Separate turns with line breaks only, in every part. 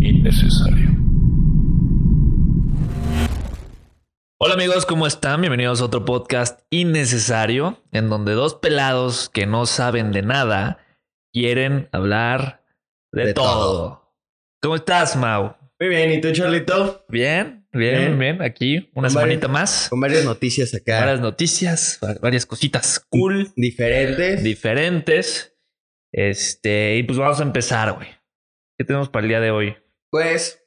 innecesario. Hola amigos, ¿cómo están? Bienvenidos a otro podcast innecesario, en donde dos pelados que no saben de nada quieren hablar de,
De
todo.
todo.
¿Cómo estás, Mau?
Muy bien, ¿y tú, Charlito?
Bien, bien, bien.
Bien.
Aquí una
Con
semanita
varias-
más.
Con varias noticias acá
Varias noticias, va- varias cositas cool,
diferentes.
diferentes. Este, y pues vamos a empezar, güey. ¿Qué tenemos para el día de hoy?
pues,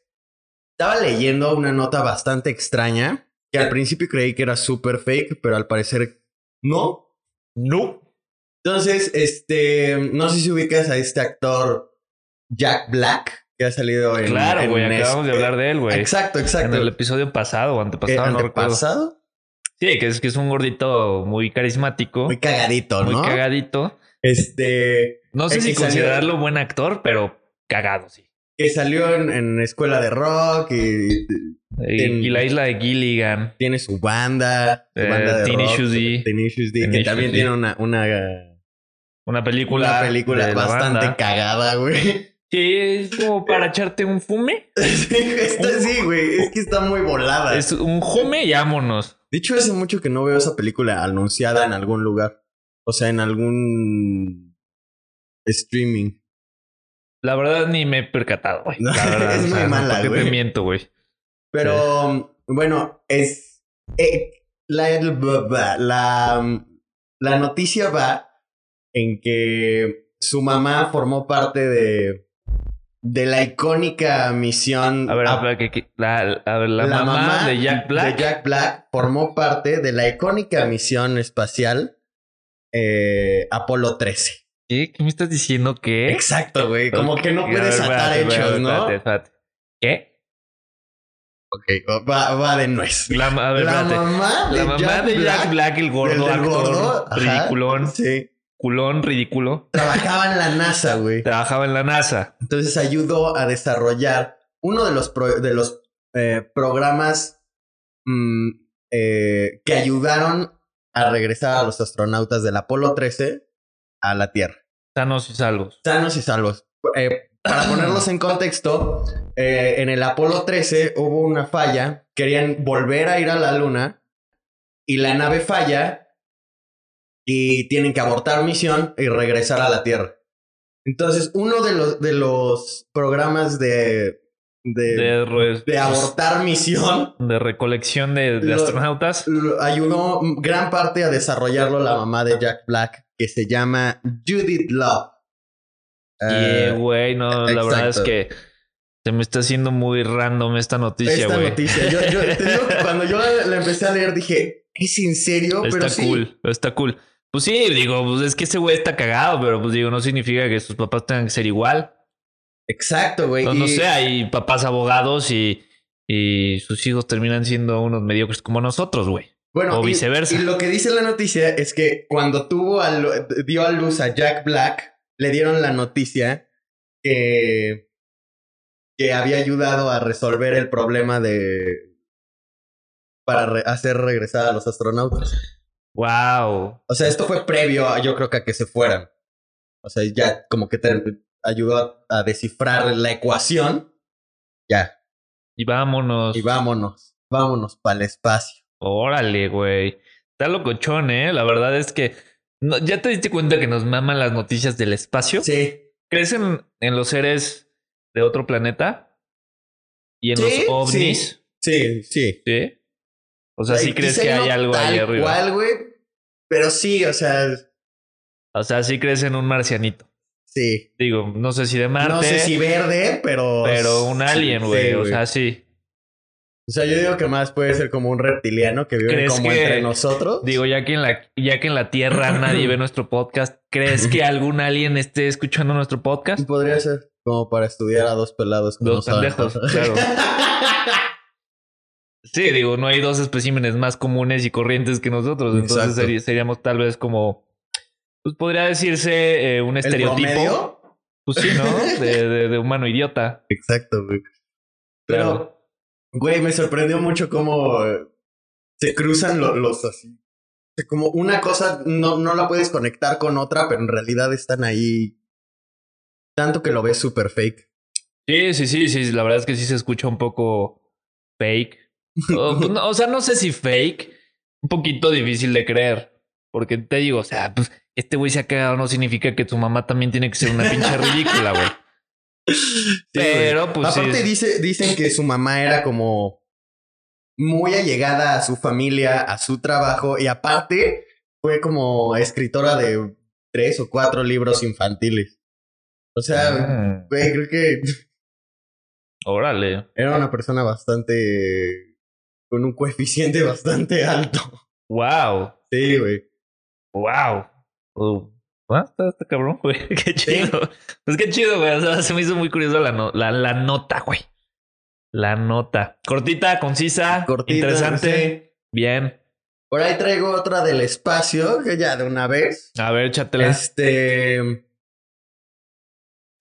estaba leyendo una nota bastante extraña que al principio creí que era súper fake, pero al parecer no.
No.
Entonces, este, no sé si ubicas a este actor Jack Black que ha salido en.
Claro,
en
güey,
este-
acabamos de hablar de él, güey.
Exacto,
En
exacto.
el episodio pasado o
Eh,
antepasado, no recuerdo.
antepasado.
Sí, que es, que es un gordito muy carismático,
Muy
muy,
cagadito, ¿no?
cagadito.
Este,
No sé
Es
si
que salió-
considerarlo buen actor, pero cagado, sí.
que salió en, en escuela de rock y
Y,
En-
y la isla de Gilligan.
tiene su banda, su
Eh,
banda de
Tenacious
rock,
D.
Tenacious D, que
Tenacious
también
D.
tiene una, una,
Una película.
una película
de la
bastante
banda.
cagada, güey.
Sí, es como para echarte un fume.
Sí, está sí, güey, es que está muy volada.
Es un jume y vámonos.
De hecho, hace mucho que no veo esa película anunciada en algún lugar. O sea, en algún streaming.
La verdad, ni me he percatado, güey.
No,
La verdad,
es muy mala,
¿para qué te
güey.
miento, güey?
Pero bueno, es eh, la, la, mm, la noticia va en que su mamá formó parte de, de la icónica misión.
A ver,
a-
a ver, que- que- la, a ver, la mamá, de Jack Black.
Ah. de Jack Black formó parte de la icónica misión espacial eh, Apolo 13.
¿Qué? ¿Qué me estás diciendo que?
Exacto, güey. Como que no puedes atar hechos, ¿no?
¿Qué?
Ok, va, va de nuez.
La, ma- a ver,
La
espérate.
mamá de
La mamá
Jack
de Jack
Black
Black, el gordo,
del
actor,
gordo, ajá.
ridiculón,
Sí.
culón, ridículo,
Trabajaba en la NASA, güey.
trabajaba en la NASA.
Entonces ayudó a desarrollar uno de los, pro- de los eh, programas mm, eh, que ayudaron a regresar a los astronautas del Apolo 13 a la Tierra.
Sanos y salvos.
Sanos y salvos. Eh, para ponerlos en contexto, eh, en el Apolo 13 hubo una falla. Querían volver a ir a la Luna y la nave falla y tienen que abortar misión y regresar a la Tierra. Entonces, uno de los, de los programas de, de,
De, re-
de abortar misión
de recolección de, de
Lo-
astronautas.
lo- ayudó gran parte a desarrollarlo la mamá de Jack Black, que se llama Judith Love.
Y,
Eh,
güey, no, la
exacto.
verdad es que se me está haciendo muy random esta noticia,
esta
güey.
noticia. Yo, yo- te digo que cuando yo la, la empecé a leer dije, ¿es en serio?
Está
Pero sí.
cool, está cool. Pues sí, digo, pues es que ese güey está cagado, pero pues digo, no significa que sus papás tengan que ser igual.
Exacto, güey.
No, no
Y-
sé, hay papás abogados y, y sus hijos terminan siendo unos mediocres como nosotros, güey.
bueno,
o
y-
viceversa.
Y, lo que dice la noticia es que cuando tuvo a lu- dio a luz a Jack Black, le dieron la noticia que, que había ayudado a resolver el problema de... para re- hacer regresar a los astronautas.
Wow.
O sea, esto fue previo, a- yo creo que a que se fueran. O sea, ya como que te ayudó a, a descifrar la ecuación. Ya,
Y vámonos.
y vámonos, vámonos para el espacio.
Órale, güey. Está locochón, ¿eh? La verdad es que. no- ¿Ya te diste cuenta que nos maman las noticias del espacio?
Sí,
¿Crees en, en los seres de otro planeta? ¿Y en
Sí,
los ovnis?
sí, sí.
Sí. O sea, sí
Ay,
crees
quizá
que hay
no
algo ahí
tal
arriba.
cual, güey, pero sí, o sea,
O sea, sí crees en un marcianito.
sí.
Digo, no sé si de Marte.
No sé si verde, pero...
Pero un alien,
Sí,
güey. o
güey.
sea, sí.
O sea, yo digo que más puede ser como un reptiliano que vive
¿Crees
como
que-
entre nosotros.
Digo, ya que en la, ya que en la Tierra nadie ve nuestro podcast, ¿crees que algún alien esté escuchando nuestro podcast?
Podría ser como para estudiar a dos pelados. que
Dos
no saben
pendejos,
nada.
claro. Sí, digo, no hay dos especímenes más comunes y corrientes que nosotros. Entonces
Exacto.
seri- seríamos tal vez como. Pues podría decirse eh, un
¿El
estereotipo.
promedio?
Pues sí, ¿no? De, de- de humano idiota.
Exacto, güey. Pero,
Claro.
güey, me sorprendió mucho cómo eh, se cruzan lo- los así. O sea, Como una cosa no, no la puedes conectar con otra, pero en realidad están ahí. Tanto que lo ves súper fake.
Sí, sí, sí, sí. La verdad es que sí se escucha un poco fake. O, pues, no, o sea, no sé si fake. Un poquito difícil de creer. Porque te digo, o sea, pues este güey se ha cagado no significa que tu mamá también tiene que ser una pinche ridícula, güey. Pero,
güey.
pues, sí
Aparte
es-
dice, dicen que su mamá era como muy allegada a su familia, a su trabajo y aparte fue como escritora de tres o cuatro libros infantiles. O sea,
Ah,
güey, creo que
órale.
era una persona bastante con un coeficiente bastante alto.
Wow.
Sí, güey.
Wow. Oh, ah, Está, está cabrón, güey. Qué chido. Pues qué chido, güey. O sea, se me hizo muy curioso la, no- la, la nota, güey. La nota. Cortita, concisa,
Cortita,
interesante.
sí.
Bien.
Por ahí traigo otra del espacio, que ya de una vez.
A ver, échatela.
Este.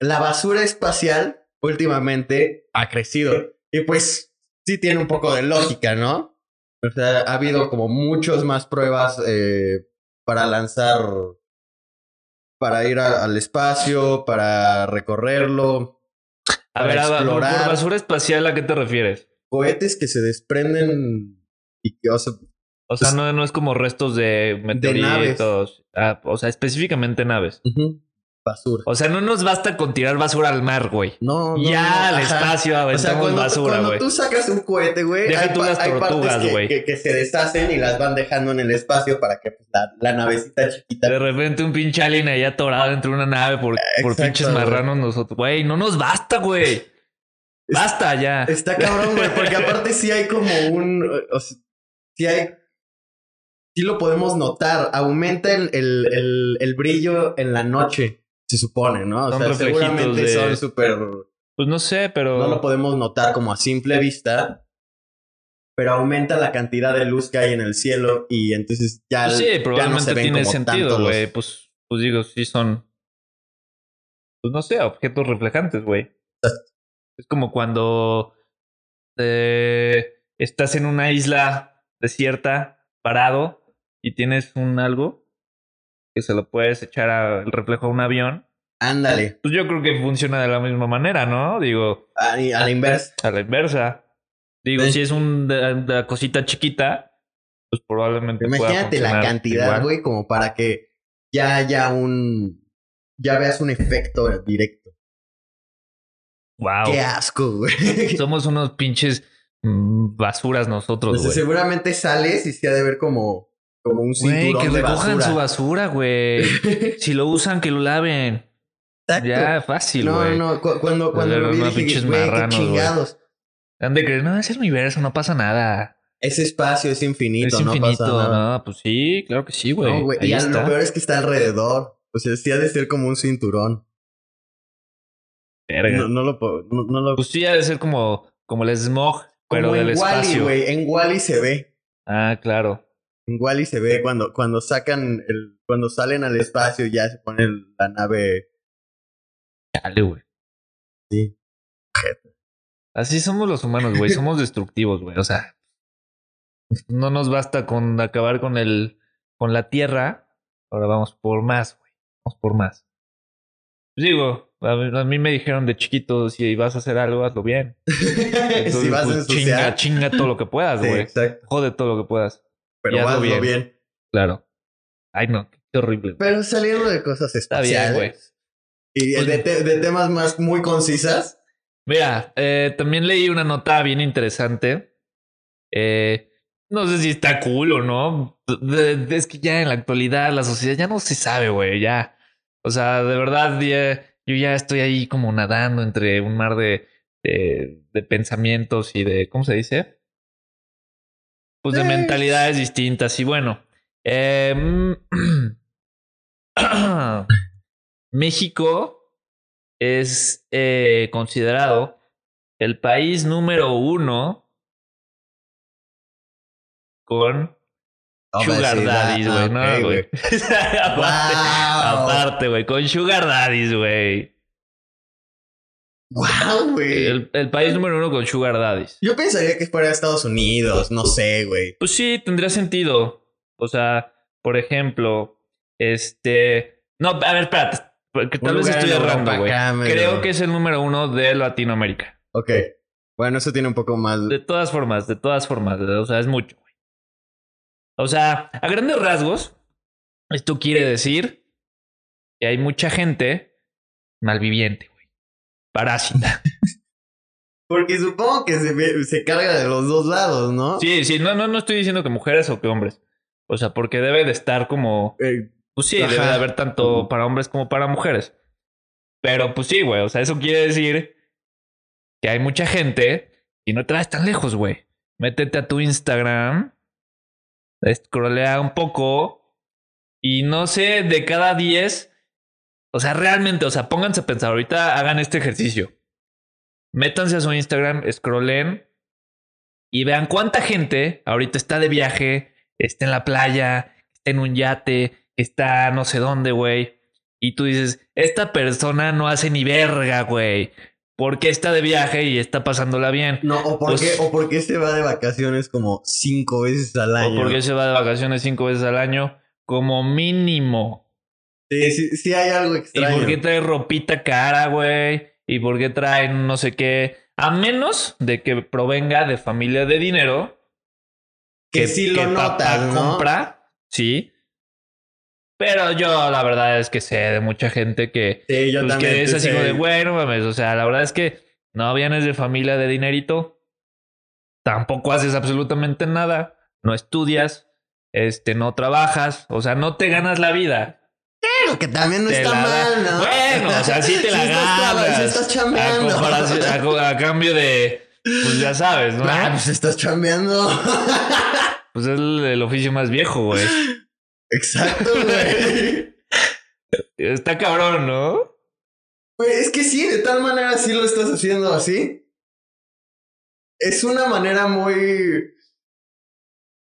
La basura espacial últimamente ha crecido. Y pues sí tiene un poco de lógica, ¿no? O sea, ha habido como muchas más pruebas eh, para lanzar. Para ir a- al espacio, para recorrerlo.
a ver,
para
a- por- por
explorar.
basura espacial, ¿a qué te refieres?
Cohetes que se desprenden y que, o sea,
O sea,
Pues-
no, no es como restos de meteoritos. Ah, o sea, específicamente naves.
ujú, basura.
O sea, no nos basta con tirar basura al mar, güey.
No, no.
ya al
no, ajá.
espacio
O sea,
aventamos
cuando,
basura,
cuando
güey.
tú sacas un cohete, güey,
Deja tú
pa-
las tortugas,
partes que,
güey.
que- que se deshacen y las van dejando en el espacio para que pues, la, la navecita
De
chiquita.
repente un pinche alien ahí atorado dentro de una nave por, por
exacto,
pinches
güey.
marranos nosotros. Güey, no nos basta, güey. Basta ya.
Está cabrón, güey, porque aparte sí hay como un. O sea, sí hay. Sí lo podemos notar. Aumenta el, el- el- el brillo en la noche, se supone, ¿no? O
Son
sea,
reflejitos
seguramente
de-
son súper.
Pues no sé, pero...
No lo podemos notar como a simple vista. Pero aumenta la cantidad de luz que hay en el cielo y entonces ya,
Pues sí,
ya no se
probablemente
ven
tiene
como tanto
sentido,
los-
güey. Pues, pues digo, sí son. Pues no sé, objetos reflejantes, güey. Es como cuando eh, estás en una isla desierta, parado, y tienes un algo que se lo puedes echar al reflejo a un avión.
Ándale,
Pues yo creo que funciona de la misma manera, ¿no? Digo,
a, a
Ah,
la inversa.
a la inversa. Digo,
Sí.
si es una cosita chiquita, pues probablemente. pueda
Imagínate la
funcionar
cantidad,
igual.
güey, como para que ya haya un. Ya veas un efecto directo.
Wow.
Qué asco, güey.
Somos unos pinches mm, basuras nosotros, güey.
Entonces, seguramente sales y se ha de ver como, como un
Güey,
cinturón
que
de
recojan
basura.
su basura, güey. si lo usan, que lo laven.
Exacto.
Ya, fácil,
no,
güey.
no, cu- cuando, cuando
ver,
lo vi
unos
dije,
pinches
güey, qué
marranos, güey.
chingados.
Han de creer, no, es el universo, no pasa nada.
Ese espacio es infinito,
es infinito.
no pasa nada.
No, pues sí, claro que sí, güey.
No, güey,
Ahí
y a-
está.
lo peor es que está alrededor. O sea, sí ha de ser como un cinturón.
Verga.
No, no lo puedo. No, no lo...
Pues sí, ha de ser como, como el smog, pero
como
del
en Wally,
espacio.
güey. En Wally se ve.
ah, claro.
En Wally se ve cuando, cuando sacan el, cuando salen al espacio ya se ponen la nave.
Dale, güey.
Sí.
Así somos los humanos, güey. Somos destructivos, güey. O sea, no nos basta con acabar con el, con la tierra. Ahora vamos por más, güey. Vamos por más. Pues digo, a mí, a mí me dijeron de chiquito, si vas a hacer algo, hazlo bien.
si
Entonces,
vas a
pues, chinga,
ensuciar.
chinga todo lo que puedas,
Sí,
güey.
exacto.
Jode todo lo que puedas.
Pero
Y hazlo
hazlo
bien.
bien.
Claro. Ay, no, qué horrible. güey.
Pero saliendo de cosas
Está bien, güey.
espaciales. Y de, te- de temas más muy concisas.
Mira, eh, también leí una nota bien interesante. Eh, no sé si está cool o no. De- de- es que ya en la actualidad la sociedad ya no se sabe, güey, ya. O sea, de verdad, ya- yo ya estoy ahí como nadando entre un mar de, de, de pensamientos y de, ¿cómo se dice? Pues de
Eh.
mentalidades distintas. Y bueno, em, México es eh, considerado el país número uno con Sugar Daddies, güey. No,
Ah, ok,
güey. aparte, aparte, güey, con Sugar Daddies, güey.
Guau, güey.
El, el país número uno con Sugar Daddies.
Yo pensaría que fuera de Estados Unidos, no sé, güey.
Pues sí, tendría sentido. O sea, por ejemplo, este. No, a ver, espérate. Porque
Un
tal vez
lugar
estoy
en Europa,
errando, güey.
acá, medio-
Creo que es el número uno de Latinoamérica.
Ok. Bueno, eso tiene un poco más.
De todas formas, de todas formas. O sea, es mucho, güey. O sea, a grandes rasgos, esto quiere decir que hay mucha gente malviviente, güey. Parásita.
Porque supongo que se, se carga de los dos lados, ¿no?
Sí, sí, no, no, no estoy diciendo que mujeres o que hombres. O sea, porque debe de estar como.
Eh,
Pues sí,
Ajá.
debe de haber tanto
Ujú.
para hombres como para mujeres. Pero pues sí, güey. O sea, eso quiere decir que hay mucha gente y no te vas tan lejos, güey. Métete a tu Instagram, scrollea un poco y no sé, de cada 10, o sea, realmente, o sea, pónganse a pensar. Ahorita hagan este ejercicio. Métanse a su Instagram, scrollen y vean cuánta gente ahorita está de viaje, está en la playa, está en un yate, está no sé dónde, güey. Y tú dices, esta persona no hace ni verga, güey. Porque está de viaje y está pasándola bien.
no, o porque,
Pues-
o porque se va de vacaciones como cinco veces al año.
O porque se va de vacaciones cinco veces al año, como mínimo.
Sí, sí, sí hay algo
¿Y
extraño.
por qué trae ropita cara, güey? ¿Y por qué traen no sé qué? A menos de que provenga de familia de dinero.
que, sí lo
papá
notas, ¿no?
compra, sí. Pero yo la verdad es que sé de mucha gente que,
Sí, yo
pues, que
también.
es así como
sí.
de, bueno, mames, o sea, la verdad es que no vienes de familia de dinerito, tampoco haces absolutamente nada, no estudias, este, no trabajas, o sea, no te ganas la vida.
Pero que también no
Te
está
la da-
mal, ¿no?
Bueno, o sea, sí te la
estás traba-
ganas.
sí estás
A,
chambeando.
comparación- a co- a cambio de, pues ya sabes, ¿no?
Ah, pues estás chambeando.
Pues es el, el oficio más viejo, güey.
Exacto, güey.
Está cabrón, ¿no?
Güey, es que sí, de tal manera sí lo estás haciendo así. Es una manera muy.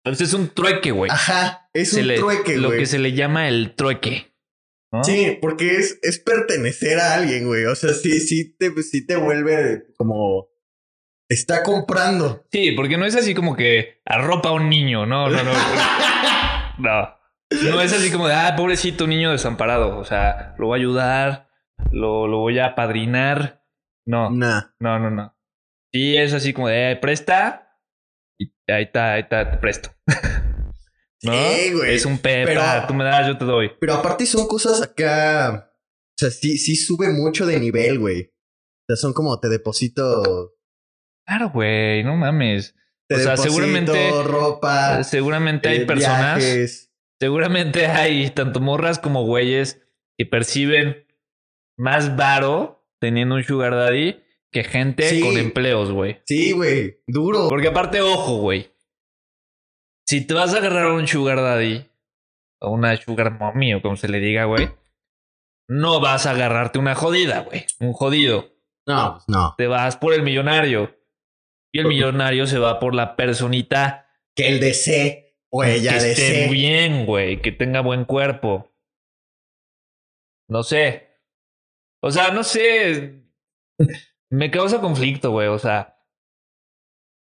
Pues es un trueque, güey.
Ajá, es
Se
un
le-
trueque,
Lo
güey.
que se le llama el trueque. ¿no?
Sí, porque es, es pertenecer a alguien, güey. O sea, sí, sí te, sí te vuelve como. te Está comprando.
Sí, porque no es así como que arropa a un niño, no, no, no. no. No es así como de, ah, pobrecito niño desamparado. O sea, lo voy a ayudar, lo, lo voy a apadrinar. No,
Nah.
no, no, no. Sí, es así como de, eh, presta. Y ahí está, ahí está, te presto. ¿No?
Sí, güey,
Es un pepa,
pero-
tú me das, yo te doy.
Pero aparte son cosas acá. O sea, sí, sí sube mucho de nivel, güey. O sea, son como te deposito.
Claro, güey, no mames.
Te
O sea,
deposito
seguramente-
ropa.
Seguramente hay
eh,
personas.
viajes.
Seguramente hay tanto morras como güeyes que perciben más varo teniendo un sugar daddy que gente
Sí.
con empleos, güey.
Sí, güey. Duro.
Porque aparte, ojo, güey. Si te vas a agarrar a un sugar daddy o una sugar mommy o como se le diga, güey, no vas a agarrarte una jodida, güey. Un jodido.
No, pues no.
Te vas por el millonario. Y el millonario se va por la personita
Que el DC o ella
que esté
DC.
bien, güey, que tenga buen cuerpo. No sé. O sea, no sé. Me causa conflicto, güey. O sea.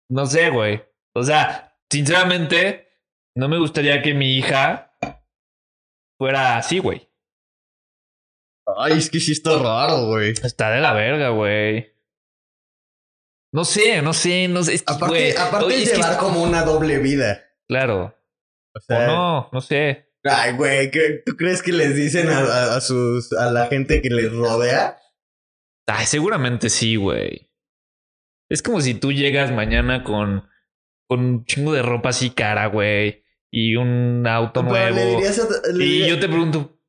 No sé, güey. O sea, sinceramente, no me gustaría que mi hija fuera así, güey.
Ay, es que sí está raro, güey.
Está de la verga, güey. No sé, no sé, no sé. Es que,
Aparte,
güey,
aparte
oye,
es
es que-
llevar como una doble vida.
Claro.
O
O
sea,
no, no sé.
Ay, güey, ¿qué- ¿tú crees que les dicen a, a- a sus a la gente que les rodea?
Ay, seguramente sí, güey. Es como si tú llegas mañana con, con un chingo de ropa así cara, güey, y un auto
Pero le
nuevo.
dirías a, le
Y
diría-
yo te pregunto,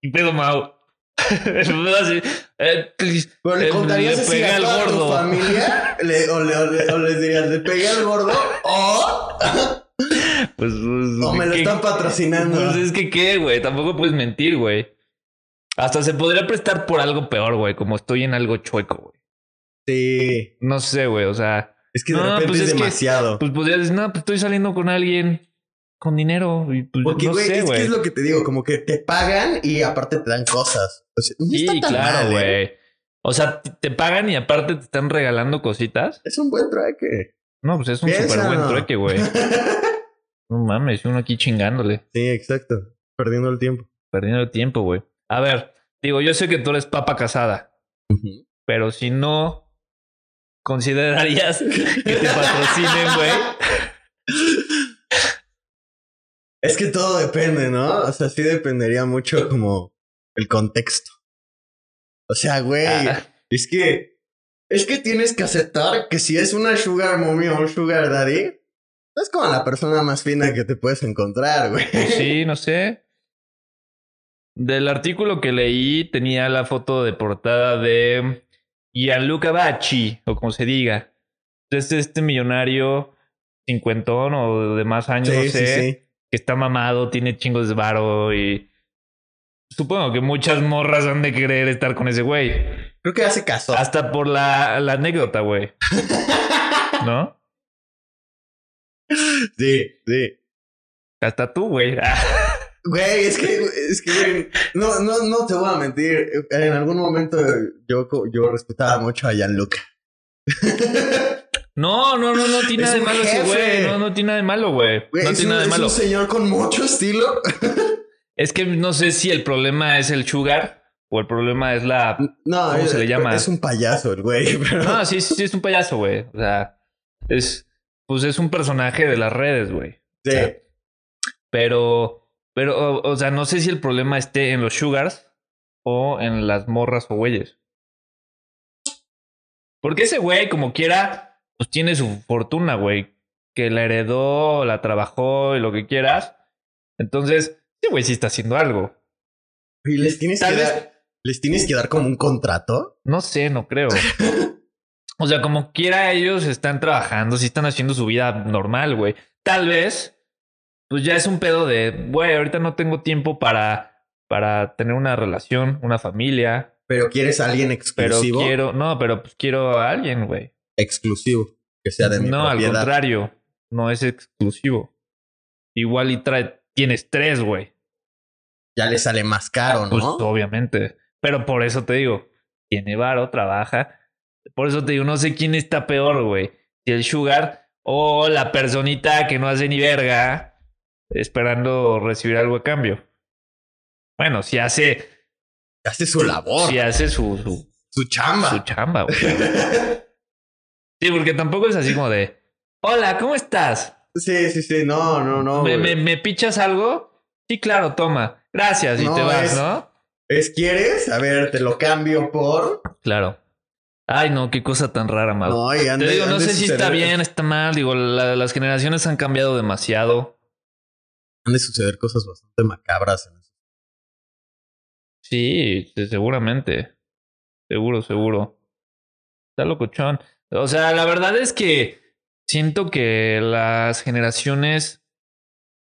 ¿qué pedo, Mau? El pedo así, eh, please.
Pero
Eh,
le contarías
le
así
pega
a
al
toda
gordo.
tu familia Le- o, le- o le- o les dirías, le pegué al gordo o,
Pues, pues,
o me lo
¿qué-
están
Pues
patrocinando.
es que qué, güey, tampoco puedes mentir, güey. Hasta se podría prestar por algo peor, güey, como estoy en algo chueco, güey.
Sí,
No sé, güey, o sea,
es que de
No,
repente
pues
es,
es que-
demasiado.
pues podrías decir, no, pues estoy saliendo con alguien con dinero y pues
Porque,
no
güey,
sé,
es
güey.
que es lo que te digo, como que te pagan y aparte te dan cosas. O sea, no está
Sí,
tan
claro,
mal, ¿eh?
güey. O sea, t- te pagan y aparte te están regalando cositas.
Es un buen trueque.
No, pues es un
Piénsalo.
súper buen trueque, güey. No mames, uno aquí chingándole,
sí, exacto. Perdiendo el tiempo.
perdiendo el tiempo, güey. A ver, Digo, yo sé que tú eres papa casada,
Ujú.
pero si no considerarías que te patrocinen, güey.
Es que todo depende, ¿no? O sea, sí dependería mucho como el contexto. O sea, güey,
Ah.
es que es que tienes que aceptar que si es una sugar mommy o un sugar daddy, es como la persona más fina que te puedes encontrar, güey.
Pues sí, no sé. Del artículo que leí tenía la foto de portada de Gianluca Bacci, o como se diga. Es este millonario cincuentón o de más años, no sé, que está mamado, tiene chingos de varo y supongo que muchas morras han de querer estar con ese güey.
Creo que hace caso.
Hasta por la, la anécdota, güey. ¿No?
Sí, sí.
Hasta tú, güey.
Güey, es que, es que, güey, no, no, no te voy a mentir. En algún momento yo, co- yo respetaba mucho a Gianluca.
No, no, no, no tiene
Es
nada de
un
malo ese
jefe.
güey. No, no tiene nada de malo, güey.
Güey,
No
es
tiene
un-
nada de
es
malo.
un señor con mucho estilo.
Es que no sé si el problema es el sugar o el problema es la.
No,
¿Cómo
es,
se le llama?
Es un payaso el güey, pero...
No, sí, sí, sí, es un payaso, güey. O sea, es. Pues es un personaje de las redes, güey.
Sí.
Pero. Pero, o, o sea, no sé si el problema esté en los sugars o en las morras o güeyes. Porque ese güey, como quiera, pues tiene su fortuna, güey. Que la heredó, la trabajó y lo que quieras. Entonces, ese güey sí está haciendo algo.
Y les tienes
Tal
que
vez-
dar... ¿Les tienes que dar como un contrato?
No sé, no creo. O sea, como quiera, ellos están trabajando, sí están haciendo su vida normal, güey. Tal vez, pues ya es un pedo de, güey, ahorita no tengo tiempo para, para tener una relación, una familia,
Pero quieres a alguien
pero
exclusivo.
quiero, no, pero pues quiero a alguien, güey.
Exclusivo. Que sea de mi
No, al
propiedad.
contrario, no es exclusivo. Igual y trae, tienes tres, güey.
Ya le sale más caro,
Pues
¿no?
obviamente. Pero por eso te digo, tiene varo, trabaja. Por eso te digo, no sé quién está peor, güey. Si el Sugar o la personita que no hace ni verga esperando recibir algo a cambio. Bueno, si hace,
Hace su labor,
si hace su, su,
su chamba.
su chamba, güey. Sí, porque tampoco es así como de, hola, ¿cómo estás?
sí, sí, sí. No, no, no.
¿Me,
güey.
me, me pichas algo? Sí, claro, toma. Gracias y
No,
te vas,
es-
¿no?
¿Es quieres? A ver, te lo cambio por...
Claro. Ay, no, qué cosa tan rara, Mau.
No, y ande-
Te digo, no
ande
sé
su
si está
cerebro-
bien, está mal. Digo, la- las generaciones han cambiado demasiado.
Han de suceder cosas bastante macabras. en eso.
Sí, se- seguramente. Seguro, seguro. Está locochón. O sea, la verdad es que siento que las generaciones,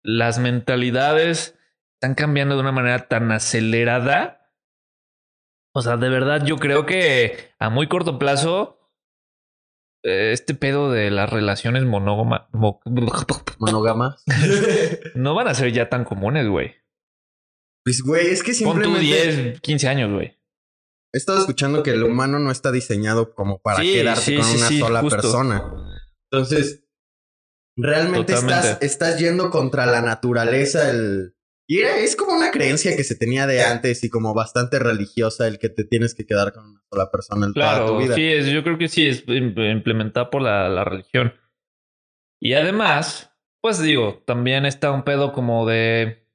las mentalidades están cambiando de una manera tan acelerada. O sea, de verdad, yo creo que a muy corto plazo, eh, este pedo de las relaciones monógamas
Monógama.
no van a ser ya tan comunes, güey.
pues, güey, es que
Pon
simplemente...
tú 10, 15 años, güey.
He estado escuchando que el humano no está diseñado como para
Sí,
quedarte
sí,
con
sí,
una
sí,
sola
justo.
persona. Entonces, realmente estás,
Totalmente.
estás yendo contra la naturaleza. El... Y era- es como una creencia que se tenía de antes y como bastante religiosa el que te tienes que quedar con una sola persona el- toda tu
Claro,
vida.
sí, es- yo creo que sí, es im- implementada por la, la religión. Y además, pues digo, también está un pedo como de,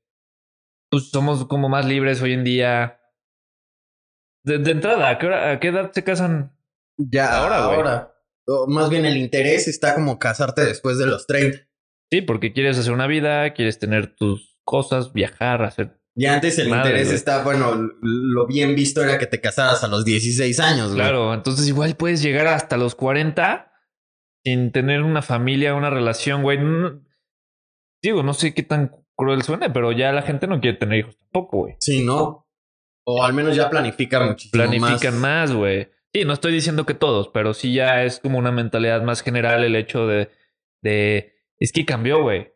pues somos como más libres hoy en día. De, de entrada, ¿a qué, hora- a qué edad se casan?
Ya ahora,
Ahora, güey.
ahora. O más bien el interés está como casarte después de los 30.
Sí, porque quieres hacer una vida, quieres tener tus cosas, viajar, hacer...
Y antes el
Madre,
interés
güey.
está, bueno, lo bien visto era que te casaras a los 16 años, güey.
Claro, entonces igual puedes llegar hasta los 40 sin tener una familia, una relación, güey. No- Digo, no sé qué tan cruel suene, pero ya la gente no quiere tener hijos tampoco, güey.
Sí, ¿no? O al menos ya planifican muchísimo
planifican más, güey. Sí, no estoy diciendo que todos, pero sí ya es como una mentalidad más general el hecho de, de es que cambió, güey.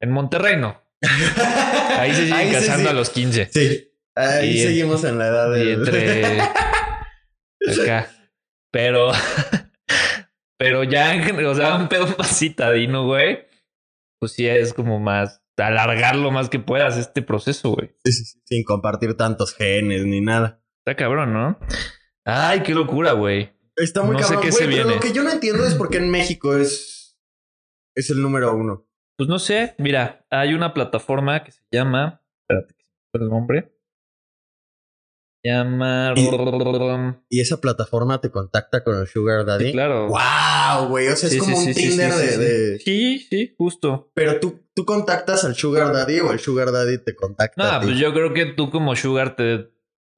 En Monterrey no. Ahí se siguen
Ahí sí,
casando
sí.
a los 15.
Sí. Ahí
Y en-
seguimos en la edad
Y
de...
entre acá. Pero, pero ya, o sea, un pedo más citadino, güey. Pues sí es como más alargar lo más que puedas este proceso, güey.
Sin compartir tantos genes ni nada.
Está cabrón, ¿no? Ay, qué locura, güey.
Está muy
No sé
cabrón.
qué
güey,
se
pero
viene.
Lo que yo no entiendo es por qué en México es, es el número uno.
Pues no sé, mira, hay una plataforma que se llama. Espérate, que se me fue el nombre. Se Llama.
Y- Y esa plataforma te contacta con el Sugar Daddy.
Sí, claro.
Wow, güey. O sea, es como un Tinder de, de-
Sí, sí, justo.
Pero tú, tú contactas al Sugar Daddy o el Sugar Daddy te
No,
contacta. a ti.
pues yo creo que tú como Sugar te,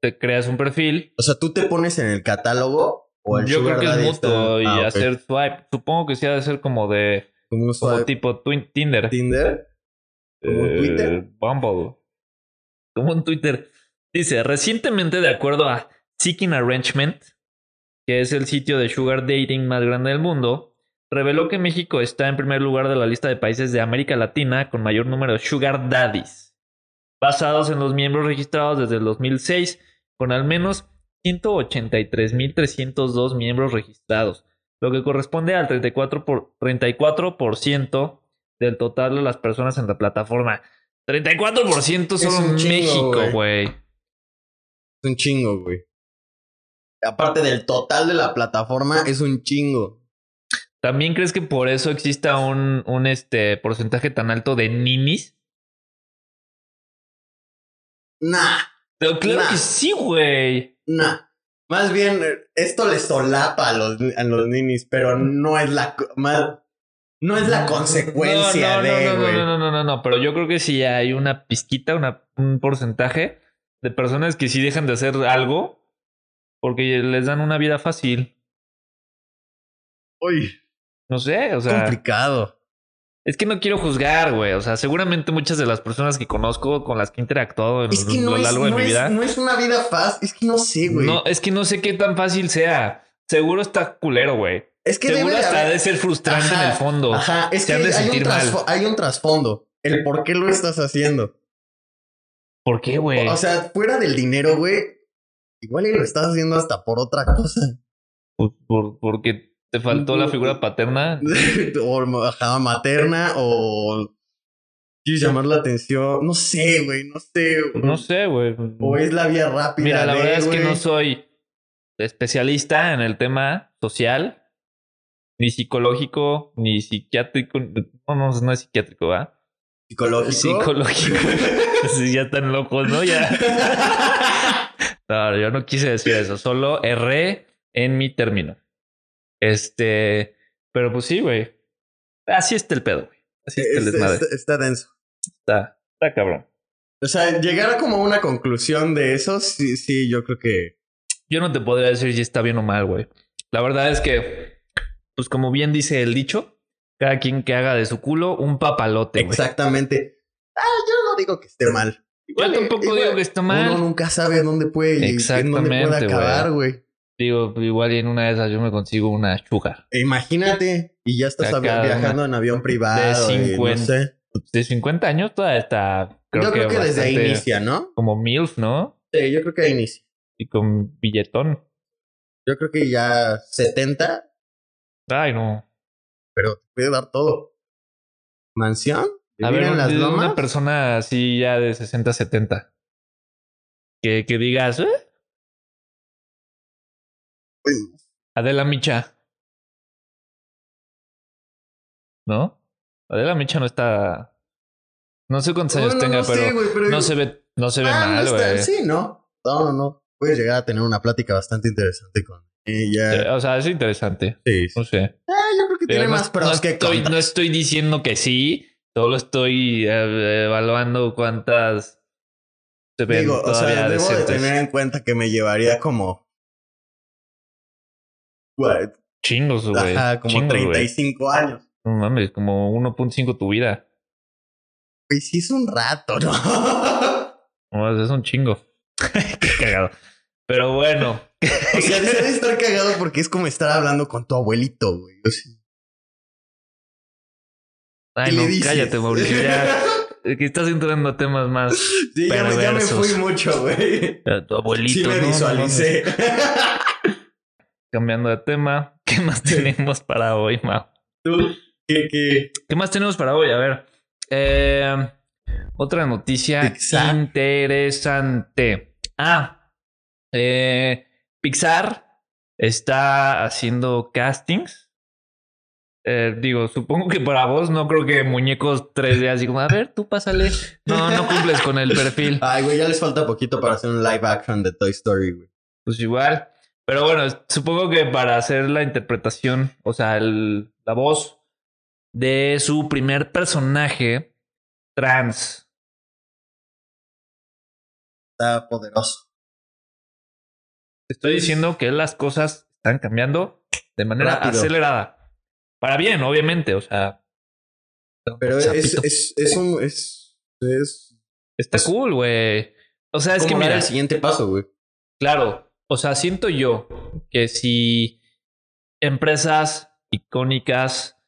te creas un perfil.
O sea, tú te pones en el catálogo o el
Yo
Sugar
creo que es
Daddy
mutuo
está-
y
Ah, ok.
hacer swipe. Supongo que sí ha de ser como de
como un
como
swipe
tipo twin- Tinder.
Tinder. como un
Eh,
Twitter.
Bumble. Como un Twitter. Dice, recientemente de acuerdo a Seeking Arrangement, que es el sitio de sugar dating más grande del mundo, reveló que México está en primer lugar de la lista de países de América Latina con mayor número de sugar daddies, basados en los miembros registrados desde el 2006, con al menos 183.302 miembros registrados, lo que corresponde al 34%, por, 34% del total de las personas en la plataforma. 34%
Es
solo
un
en
chingo,
México,
güey.
güey.
Es un chingo, güey. Aparte del total de la plataforma, es un chingo.
¿También crees que por eso exista un, un este, porcentaje tan alto de ninis?
Nah,
Pero claro
Nah.
que sí, güey.
nah. Más bien, eh, esto le solapa a los, a los ninis, pero no es la, co- más- no es la
No,
consecuencia
no,
de,
no, no,
güey.
No, no, no, no, no, pero yo creo que sí hay una pizquita, una, un porcentaje de personas que sí dejan de hacer algo porque les dan una vida fácil.
Uy,
No sé, o sea,
complicado.
es que no quiero juzgar, güey. O sea, seguramente muchas de las personas que conozco, con las que he interactuado en
Es que
lo
no es,
largo de
no
mi
es-
vida,
no es una vida fácil. Es que no sé, güey.
no, es que no sé qué tan fácil sea. Seguro está culero, güey.
es que debe
Seguro
de
hasta
haber-
de ser frustrante
Ajá,
en el fondo.
Ajá, es
Te
que
han de
hay un,
sentir mal.
trasfo- hay un trasfondo. El por qué lo estás haciendo.
¿Por qué, güey?
O, o sea, fuera del dinero, güey. Igual y lo estás haciendo hasta por otra cosa.
Por- por- porque te faltó la figura paterna.
o ajá, materna o... Quieres llamar la atención. No sé, güey. No sé. güey.
No sé, güey.
O es la vía rápida.
Mira, la
de,
verdad es que
güey.
no soy especialista en el tema social, ni psicológico, ni psiquiátrico. No, no, no es psiquiátrico, ¿va?
Psicológico.
Psicológico. Sí, ya están locos, ¿no? Ya. No, yo no quise decir eso, solo erré en mi término. Este, pero pues sí, güey. Así está el pedo, güey. Así está el
Es-
desmadre.
está- está denso.
Está, está cabrón.
O sea, llegar como a una conclusión de eso, sí, sí, yo creo que...
Yo no te podría decir si está bien o mal, güey. La verdad es que, pues como bien dice el dicho, cada quien que haga de su culo un papalote, güey.
Exactamente. Ah, yo no digo que esté mal.
Yo
Igual y-
tampoco
igual-
digo que está mal.
Uno nunca sabe dónde puede, en dónde puede
Exactamente,
acabar, güey.
Digo, igual y en una de esas yo me consigo una chugar.
E Imagínate, y ya estás
Acá,
avi- viajando en avión privado.
de
y no
50.
sé.
De 50 años toda está...
yo creo que desde ahí
bastante
inicia, ¿no?
Como MILF, ¿no?
Sí, yo creo que ahí inicia.
Y con billetón.
Yo creo que ya 70,
Ay, no.
pero te puede dar todo. ¿Mansión?
A ver,
¿Vivir en
un-
las
de una
lomas?
persona así ya de 60, 70. Que, que digas, ¿eh? Adela Micha. ¿No? Adela Micha no está. No sé cuántos años
Bueno,
tenga,
no sé,
pero
güey, pero-
no se ve, no se ve
Ah, no
mal,
está-
güey.
Sí, no. No, no, no. Puedes llegar a tener una plática bastante interesante con ella.
Eh, O sea, es interesante.
Sí. sí.
No sé.
Ah, yo creo que tiene
Digo, no-
más pros
no
que
estoy,
contras.
no estoy diciendo que sí, solo estoy eh, evaluando cuántas se ven
Digo, o
todavía
sea, debo de
decentes.
tener en cuenta que me llevaría como. What?
Chingos, güey.
Ajá, como
Chingos, güey.
35 años.
No mames, como 1.5 tu vida.
Y sí es un rato, ¿no?
No, es un chingo. Qué cagado. Pero bueno,
o sea, se debe estar cagado porque es como estar hablando con tu abuelito, güey. O sea, ¿qué
ay
le
no,
dices?
cállate, Mauricio. Ya eh, que estás entrando a temas más.
Sí, ya, me, ya me
Perversos.
fui mucho, güey.
a Tu abuelito.
Sí me
¿no? No mames.
visualicé.
Cambiando de tema, ¿qué más tenemos para hoy, Mau?
Tú, que, que
¿Qué más tenemos para hoy? A ver. eh, Otra noticia
Pixar.
interesante. Ah, eh, Pixar está haciendo castings. Eh, digo, supongo que para vos no creo que muñecos 3D así como, a ver, tú pásale. No, no cumples con el perfil.
Ay, güey, ya les falta poquito para hacer un live action de Toy Story, güey.
Pues igual. Pero bueno, es- supongo que para hacer la interpretación, o sea, el- la voz de su primer personaje trans.
Está poderoso.
Estoy diciendo que las cosas están cambiando de manera
Rápido.
acelerada. Para bien, obviamente, o sea.
Pero es,
Zapito.
es, es un. Es, es,
Está cool, güey. O sea, es que
como dar
mira,
el siguiente paso, güey.
Claro, o sea, siento yo que si empresas icónicas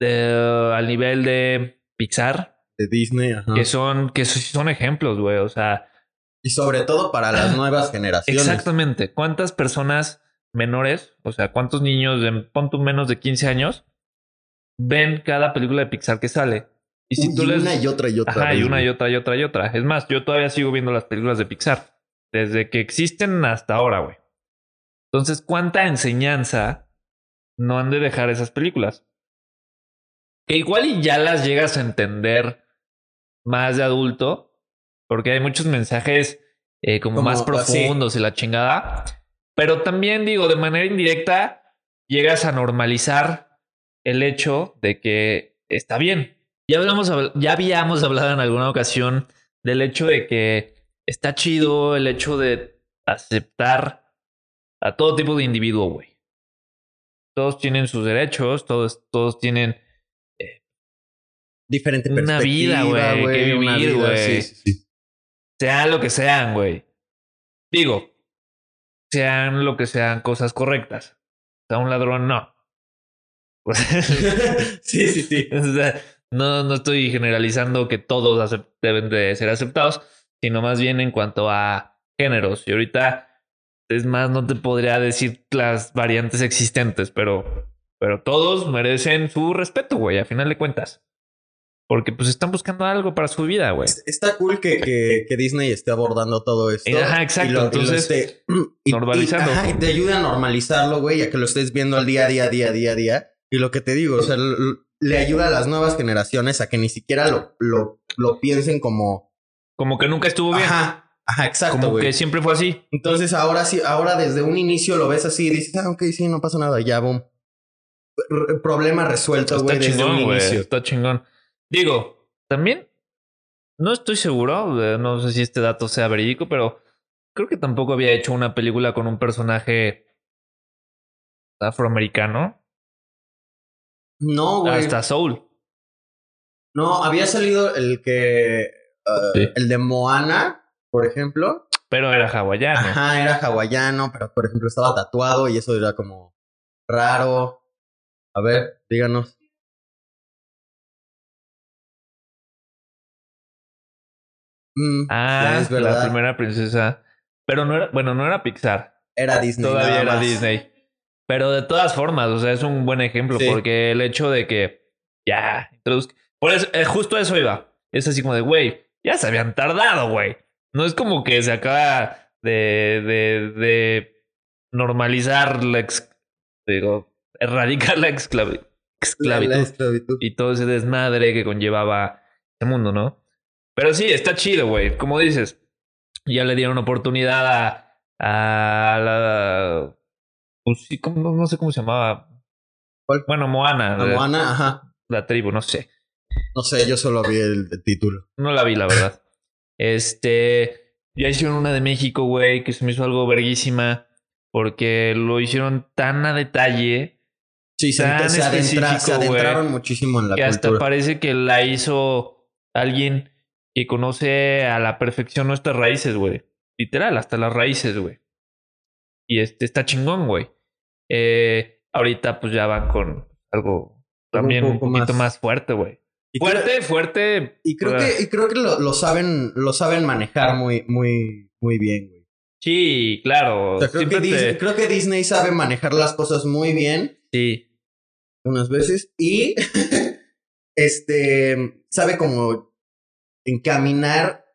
de- al nivel de Pixar,
De Disney, ajá.
que son, que so- son ejemplos, güey, o sea,
Y sobre todo para las nuevas generaciones.
exactamente, ¿cuántas personas menores, o sea, cuántos niños de pon tú menos de 15 años ven cada película de Pixar que sale? Y si
Uy,
tú
y
les...
una y otra y otra.
Ajá, y
vez,
una
güey.
y otra y otra y otra. Es más, yo todavía sigo viendo las películas de Pixar. Desde que existen hasta ahora, güey. Entonces, ¿cuánta enseñanza no han de dejar esas películas? Que igual y ya las llegas a entender más de adulto, porque hay muchos mensajes eh, como,
Como
más
así.
profundos y la chingada. Pero también digo, de manera indirecta, llegas a normalizar el hecho de que está bien. Ya, hablamos, ya habíamos hablado en alguna ocasión del hecho de que está chido el hecho de aceptar a todo tipo de individuo, güey. Todos tienen sus derechos, todos, todos tienen
Diferente
Una
perspectiva,
vida, güey, que
una
vivir,
vida,
güey.
sí, sí, sí.
sean lo que sean, güey. Digo, sean lo que sean cosas correctas. O sea, un ladrón no.
sí, sí, sí.
O sea, no, no estoy generalizando que todos acep- deben de ser aceptados, sino más bien en cuanto a géneros. Y ahorita, es más, no te podría decir las variantes existentes, pero, pero todos merecen su respeto, güey, a final de cuentas. Porque pues están buscando algo para su vida, güey.
Está cool que, que- que Disney esté abordando todo esto.
Eh, Ajá, exacto, entonces,
esté-
normalizando.
ajá, y te ayuda a normalizarlo, güey, a que lo estés viendo al día, día, día, día, día. Y lo que te digo, o sea, l- l- le ayuda a las nuevas generaciones a que ni siquiera lo, lo, lo piensen como...
Como que nunca estuvo bien.
Ajá, ajá, exacto,
como
güey.
que siempre fue así.
Entonces ahora sí, ahora desde un inicio lo ves así y dices, ah, ok, sí, no pasa nada, ya, boom. R- problema resuelto,
Está
güey, desde un
chingón, güey.
inicio.
Está chingón. Digo, también no estoy seguro, eh, no sé si este dato sea verídico, pero creo que tampoco había hecho una película con un personaje afroamericano
No, güey.
hasta Soul.
No, había salido el que... ah,
Sí.
El de Moana, por ejemplo.
Pero era hawaiano.
Ajá, era hawaiano, pero por ejemplo estaba tatuado y eso era como raro. A ver, díganos. Mm,
Ah,
ya es verdad.
la primera princesa. Pero no era, bueno, no era Pixar.
Era Disney.
Todavía
nada
era
más.
Disney. Pero de todas formas, o sea, es un buen ejemplo
Sí.
porque el hecho de que ya introduzca. Por eso, eh, justo a eso iba. Es así como de, güey, ya se habían tardado, güey. No es como que se acaba de, de, de normalizar la ex- digo, erradicar la esclavi-
La- la
esclavitud
esclavitud.
y todo ese desmadre que conllevaba ese mundo, ¿no? Pero sí, está chido, güey. Como dices, ya le dieron oportunidad a, a la. pues sí, ¿cómo? no, no sé cómo se llamaba.
¿Cuál?
Bueno, Moana,
A
la-
Moana, ajá.
la tribu, no sé.
No sé, yo solo vi el, el título.
No la vi, la verdad. este. Ya hicieron una de México, güey, que se me hizo algo verguísima. Porque lo hicieron tan a detalle
Sí, se,
Tan
se adentra- se
específico, güey,
adentraron muchísimo en la
que hasta
cultura.
parece que la hizo alguien que conoce a la perfección nuestras raíces, güey. Literal, hasta las raíces, güey. Y este está chingón, güey. Eh, ahorita pues ya van con algo también un
poco
poquito
más.
más, fuerte, güey.
Y creo-
Fuerte, fuerte.
Y creo
Ah,
que, y creo que lo, lo saben, lo saben manejar muy, muy, muy bien, güey.
Sí, claro.
O sea, creo, que
siempre te-
Disney, creo que Disney sabe manejar las cosas muy bien
Sí,
unas veces y este sabe como encaminar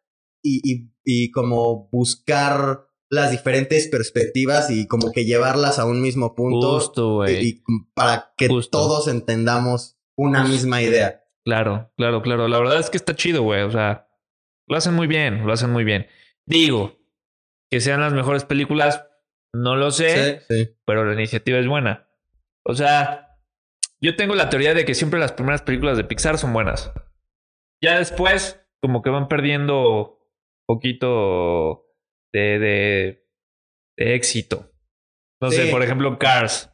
y, y- y como buscar las diferentes perspectivas y como que llevarlas a un mismo punto
Justo,
y,
güey.
y para que
Justo.
todos entendamos una misma idea.
Claro, claro, claro. La verdad es que está chido, güey. O sea, lo hacen muy bien, lo hacen muy bien. Digo, que sean las mejores películas, no lo sé,
Sí, sí.
pero la iniciativa es buena. O sea, yo tengo la teoría de que siempre las primeras películas de Pixar son buenas. Ya después, como que van perdiendo poquito de, de, de éxito. No sé,
Sí.
por ejemplo, Cars.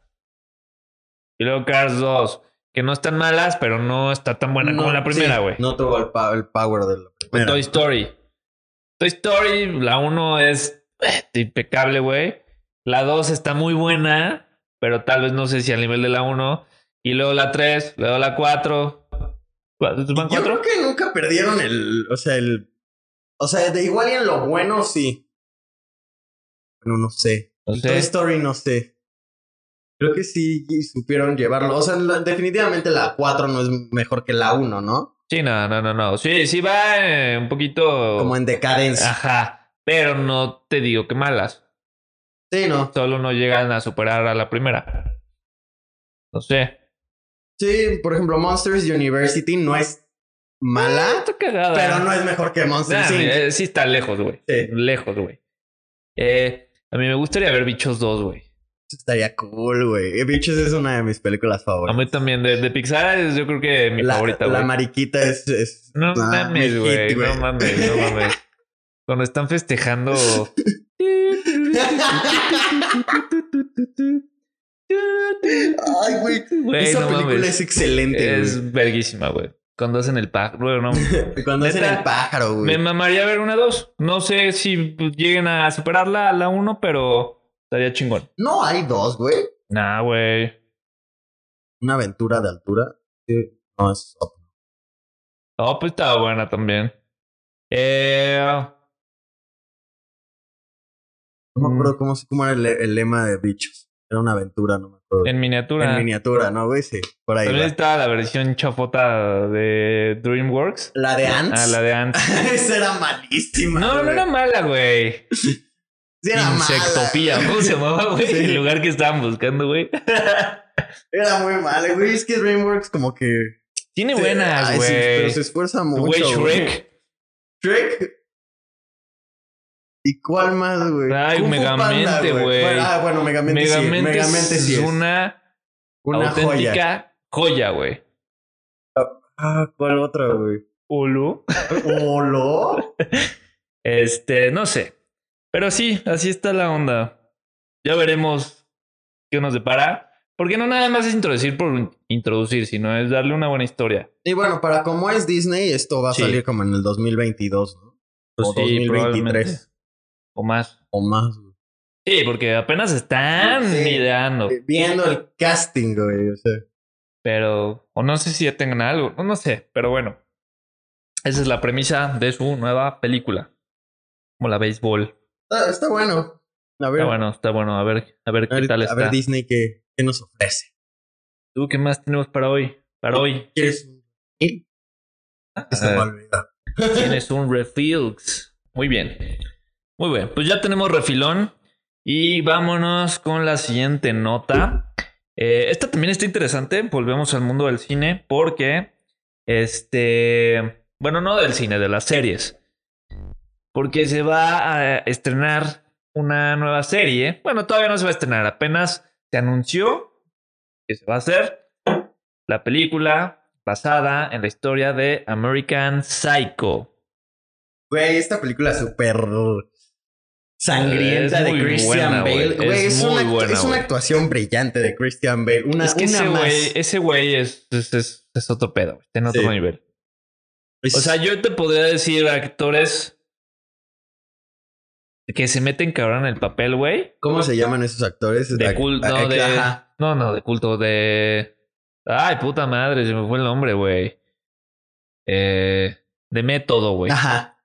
Y luego Cars 2, que no están malas, pero no está tan buena como
No,
la primera,
sí,
güey.
no tuvo el, pa- el power de la primera.
Toy Story. Toy Story, la 1 es eh, impecable, güey. La 2 está muy buena, pero tal vez no sé si al nivel de la 1. Y luego la 3, luego la 4. ¿Van
Yo
4?
creo que nunca perdieron el. O sea, el. O sea, de igual y en lo bueno sí. Bueno, no sé.
No
El Toy
sé.
Story no sé. Creo que sí supieron llevarlo. O sea, la- definitivamente la 4 no es mejor que la 1, ¿no?
Sí, no, no, no, no. Sí, sí va eh, un poquito.
Como en decadencia.
Ah. Ajá. Pero no te digo que malas.
Sí, ¿no?
Solo no llegan a superar a la primera. No sé.
Sí, por ejemplo, Monsters University no es mala,
Está cagada.
pero no es mejor que
Ah. Nah,
Monsters Inc.
eh, sí está lejos, güey.
Sí.
Lejos, güey. Eh, a mí me gustaría ver Bichos 2, güey.
Estaría cool, güey. Bitches es una de mis películas
A
favoritas.
mí también. De, de Pixar es yo creo que mi
la,
favorita,
la
güey.
mariquita es. es-
No
ah,
mames,
mi
güey.
hit,
No mames, no mames. Cuando están festejando...
Ay, güey.
Güey,
Esa
no
película
mames.
es excelente, güey.
Es verguísima, güey. Cuando hacen el pack. Bueno, no.
Cuando hacen
neta,
el pájaro,
Me
güey.
mamaría ver una 2. No sé si pues, lleguen a superarla a la 1, pero estaría chingón.
No hay dos, güey.
Nah, güey.
Una aventura de altura. Sí. No es.
No, pues estaba buena también. Eh,
No me
Mm.
acuerdo cómo, se- cómo era el, el lema de bichos. Era una aventura, no me acuerdo.
en miniatura.
En miniatura, ¿no, güey? Sí, por ahí.
también
va.
estaba la versión chafota de DreamWorks.
La de Ants.
Ah, la de antes.
Esa era malísima.
No, no
güey.
era mala, güey.
Sí, era mala,
Insectopía,
güey.
¿cómo se llamaba, güey?
Sí.
El lugar que estaban buscando, güey.
Era muy mala, güey. Es que DreamWorks como que...
Tiene
Ay,
buenas,
sí,
güey.
pero se esfuerza
Güey,
mucho, güey.
Shrek.
Shrek. ¿Y cuál más, güey?
Ay,
Kung Fu
Megamente,
Panda,
güey.
Bueno, ah, bueno, Megamente, sí.
Megamente,
Megamente
es
sí es.
una,
Una joya.
auténtica joya, güey.
Ah, ¿cuál otra, güey?
Ulu.
¿Olo?
Este, no sé. Pero sí, así está la onda. Ya veremos qué nos depara. Porque no nada más es introducir por introducir, sino es darle una buena historia.
Y bueno, para como es Disney, esto va a
Sí.
salir como en el 2022, ¿no?
Pues
o
sí,
2023.
probablemente. O más.
O más, güey.
Sí, porque apenas están
Sí.
ideando.
Eh, Viendo el casting, güey. O sea,
Pero, o no sé si ya tengan algo, o no sé, pero bueno. Esa es la premisa de su nueva película. Como la béisbol.
está, está bueno. A ver,
Está bueno, está bueno. A ver, a ver
a ver,
qué tal
a ver
está.
Disney qué, qué nos ofrece.
¿Tú qué más tenemos para hoy?
Oh,
Para hoy.
¿Quieres un- ¿Qué? Se me
Ah,
olvidó.
Tienes un refilx. Muy bien. Muy bien. Pues ya tenemos refilón. Y vámonos con la siguiente nota. Eh, esta también está interesante. Volvemos al mundo del cine. Porque. Este. Bueno, no del cine, de las series. Porque se va a estrenar una nueva serie. Bueno, todavía no se va a estrenar. Apenas se anunció que se va a hacer la película basada en la historia de American Psycho.
Güey, esta película súper sangrienta
Es
de
muy
Christian
buena, güey.
Bale. Güey,
Es
es, una,
muy buena,
es una
güey.
actuación brillante de Christian Bale. Una,
Es que
una
ese
más.
güey, ese güey es, es, es- es otro pedo, güey. Está en otro
Sí.
nivel.
Es-
O sea, yo te podría decir actores que se meten cabrón en el papel, güey.
¿cómo se llaman esos actores?
De
Ac-
culto,
ac-
no, de.
ajá.
No, no, de culto, de. Ay, puta madre, se me fue el nombre, güey. Eh, de método, güey.
Ajá.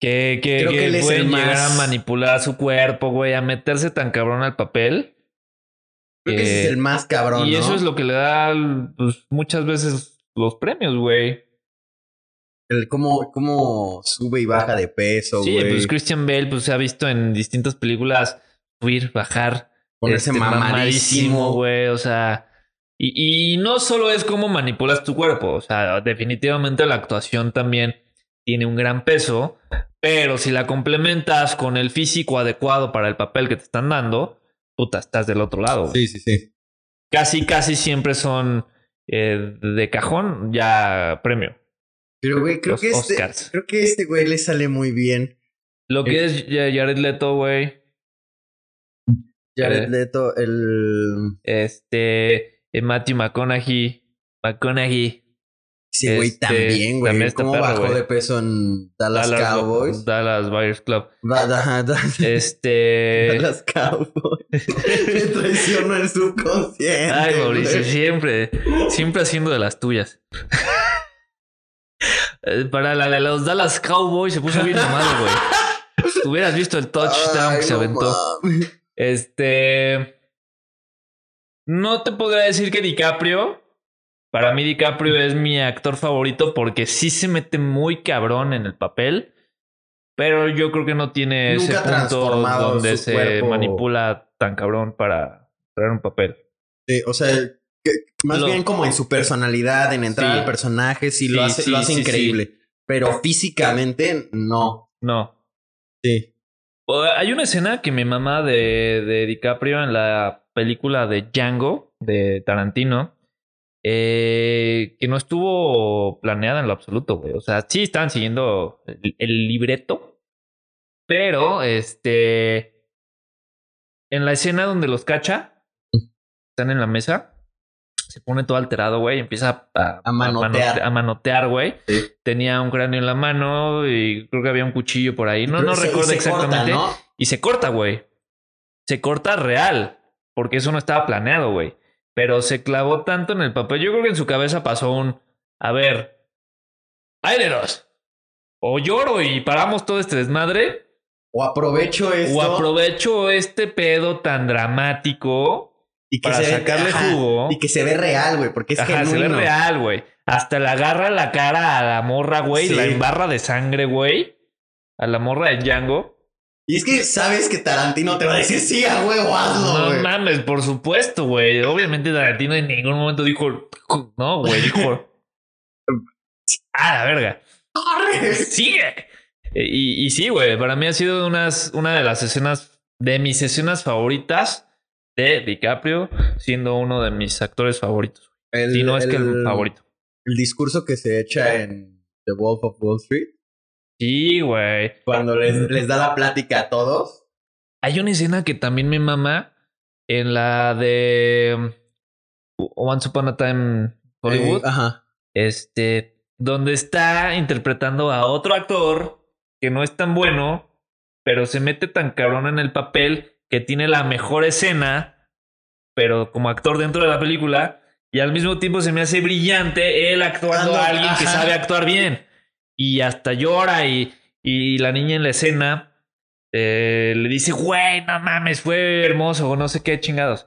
Que, que,
Creo
que
que él es
pueden
el
llegar
más-
a manipular su cuerpo, güey, a meterse tan cabrón al papel.
Creo que ese
Eh,
es el más cabrón.
Y eso
¿no?
es lo que le da pues, muchas veces los premios, güey.
El cómo, cómo sube y baja de peso,
sí,
güey.
pues Christian Bale pues, se ha visto en distintas películas subir, bajar.
Ponerse
este,
mamadísimo, güey.
güey. O sea, y, y no solo es cómo manipulas tu cuerpo. O sea, definitivamente la actuación también tiene un gran peso. Pero si la complementas con el físico adecuado para el papel que te están dando, puta, estás del otro lado. güey.
Sí, sí, sí.
Casi, casi siempre son eh, de cajón ya premio.
Pero, güey, creo
Los
que este.
Oscars.
Creo que este güey le sale muy bien.
Lo
Eh.
que es Jared Leto, güey.
Jared
Eh.
Leto, el.
este eh, Matthew McConaughey, McConaughey,
Sí, güey,
Este,
también, güey.
también está
¿Cómo
perro,
bajó
güey.
de peso en Dallas, Cowboys?
Dallas Buyers Club,
Da- da- da-
este,
Dallas Cowboys. Me traicionó el subconsciente.
ay Mauricio
güey.
siempre, siempre haciendo de las tuyas. Eh, Para la de los Dallas Cowboys se puso bien mal, güey. Hubieras visto el touchdown
Ay,
que se
no
aventó.
mames.
Este. No te podría decir que DiCaprio. Para mí, DiCaprio es mi actor favorito porque sí se mete muy cabrón en el papel. Pero yo creo que no tiene
Nunca ha
ese punto
transformado
donde
su
se
cuerpo.
manipula tan cabrón para traer un papel.
Sí, o sea, que- más
Lo-
bien como en su personalidad, en entrar
Sí.
al personaje, sí, lo
Sí,
hace,
sí,
lo hace
sí,
increíble. Pero físicamente, no.
No.
Sí.
O- Hay una escena que mi mamá de, de DiCaprio en la película de Django de Tarantino eh, que no estuvo planeada en lo absoluto, güey. O sea, sí estaban siguiendo el, el libreto, pero este. En la escena donde los cacha,
Mm.
están en la mesa, se pone todo alterado, güey, y empieza a, a-
A manotear.
a manotear, güey.
Sí.
Tenía un cráneo en la mano y creo que había un cuchillo por ahí. No,
Pero
no
se- y
recuerdo
se
exactamente.
corta, ¿no?
Y se corta, güey. Se corta real. Porque eso no estaba planeado, güey. Pero se clavó tanto en el papel. Yo creo que en su cabeza pasó un. A ver. Aileros. O lloro y paramos todo este desmadre.
O aprovecho esto
O aprovecho este pedo tan dramático.
y
para
ve-
sacarle
ajá,
jugo.
Y que se ve real, güey, porque es
Ajá,
genuino.
se ve real, güey. Hasta le agarra la cara a la morra, güey.
Sí.
La embarra de sangre, güey. A la morra de Django.
Y es que sabes que Tarantino te va a decir, sí, a huevo, hazlo,
No
güey.
mames, por supuesto, güey. Obviamente Tarantino en ningún momento dijo, no, güey, dijo, ah, la verga,
Corre.
sigue. Y, y sí, güey, para mí ha sido unas, una de las escenas, de mis escenas favoritas de DiCaprio, siendo uno de mis actores favoritos.
El,
Si no es que el favorito.
El discurso que se echa en The Wolf of Wall Street,
Sí, güey.
cuando les, les da la plática a todos.
Hay una escena que también me mama en la de um, Once Upon a Time Hollywood.
Eh, ajá.
Este, donde está interpretando a otro actor que no es tan bueno, pero se mete tan cabrón en el papel que tiene la mejor escena, pero como actor dentro de la película, y al mismo tiempo se me hace brillante él actuando a
Ando-
alguien que
ajá.
sabe actuar bien. Y hasta llora y, y la niña en la escena eh, le dice, güey, no mames, fue hermoso o no sé qué chingados.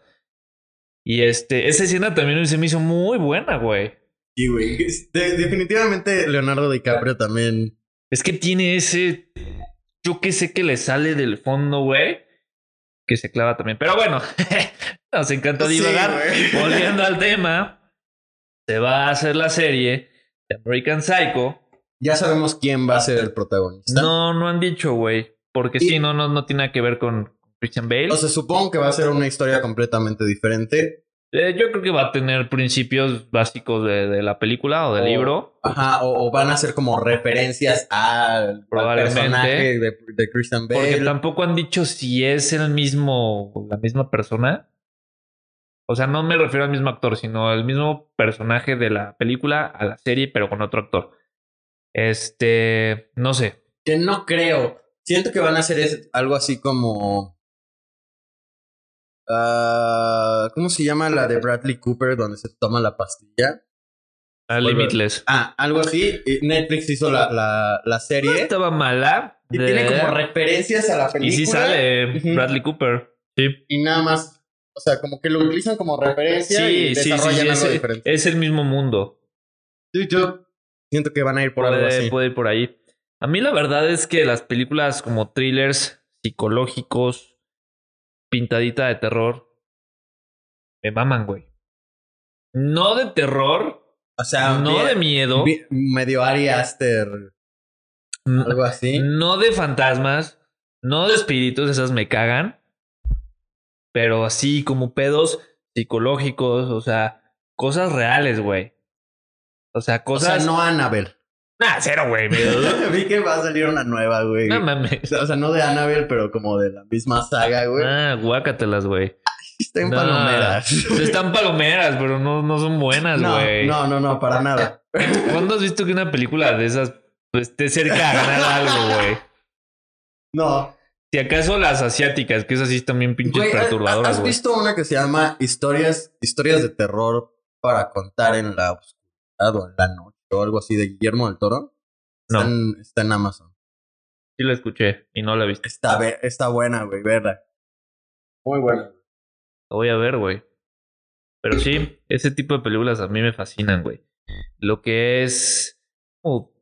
Y este, esa escena también se me hizo muy buena, güey.
Y, güey, es- de- definitivamente Leonardo DiCaprio también.
Es que tiene ese. Yo que sé que le sale del fondo, güey. Que se clava también. Pero bueno, nos encanta
Sí,
divagar.
güey.
Volviendo al tema, se va a hacer la serie de American Psycho.
Ya sabemos quién va a ser el protagonista.
No, no han dicho, güey. Porque
Y-
sí, no, no, no tiene nada que ver con Christian Bale.
O sea, supongo que va a ser una historia completamente diferente.
Eh, yo creo que va a tener principios básicos de, de la película o del
O-
libro.
Ajá, o, o van a ser como referencias al, al
Probablemente.
personaje de, de Christian Bale.
Porque tampoco han dicho si es el mismo, la misma persona. O sea, no me refiero al mismo actor, sino al mismo personaje de la película a la serie, pero con otro actor. Este, no sé.
Que no creo. Siento que van a hacer es- algo así como. ah, ¿Cómo se llama la de Bradley Cooper donde se toma la pastilla?
A
Vuelve.
Limitless.
Ah, algo así. Eh, Netflix hizo la, la, la serie.
Estaba mala.
Y
de-
tiene como referencias a la
y
película.
sí sale
Ujú.
Bradley Cooper. Sí,
Y nada más. O sea, como que lo utilizan como referencia y
sí, sí, sí,
desarrollan
sí,
algo
es,
diferente.
es el mismo mundo.
Sí, yo Siento que van a ir por algo
puede,
así.
puede ir por ahí. A mí la verdad es que las películas como thrillers psicológicos, pintadita de terror, me maman, güey. No de terror,
O sea,
no
bien-
de miedo,
bi- medio Ari Aster,
n-
algo así.
no de fantasmas, no de espíritus, esas me cagan. Pero así como pedos psicológicos, o sea, cosas reales, güey. O sea,
O sea,
cosas...
no Annabelle.
Nah, cero, güey. me-
Vi que va a salir una nueva, güey.
No mames.
O sea, o sea, no de Annabelle, pero como de la misma saga, güey.
Ah, guácatelas, güey.
Está en
no.
palomeras.
Están palomeras, pero no, no son buenas,
No,
güey.
no, no, no, para nada.
¿Cuándo has visto que una película de esas pues, esté cerca a ganar algo, güey?
No.
Si acaso las asiáticas, que esas sí están bien pinches
Güey,
perturbadoras,
¿has
güey.
visto una que se llama Historias, historias de terror para contar en la oscuridad o en la noche o algo así de Guillermo del Toro?
No.
Está en, está en Amazon.
Sí la escuché y no la viste.
Está, ve- está buena, güey, verla. Muy buena.
La voy a ver, güey. Pero sí, ese tipo de películas a mí me fascinan, güey. Lo que es como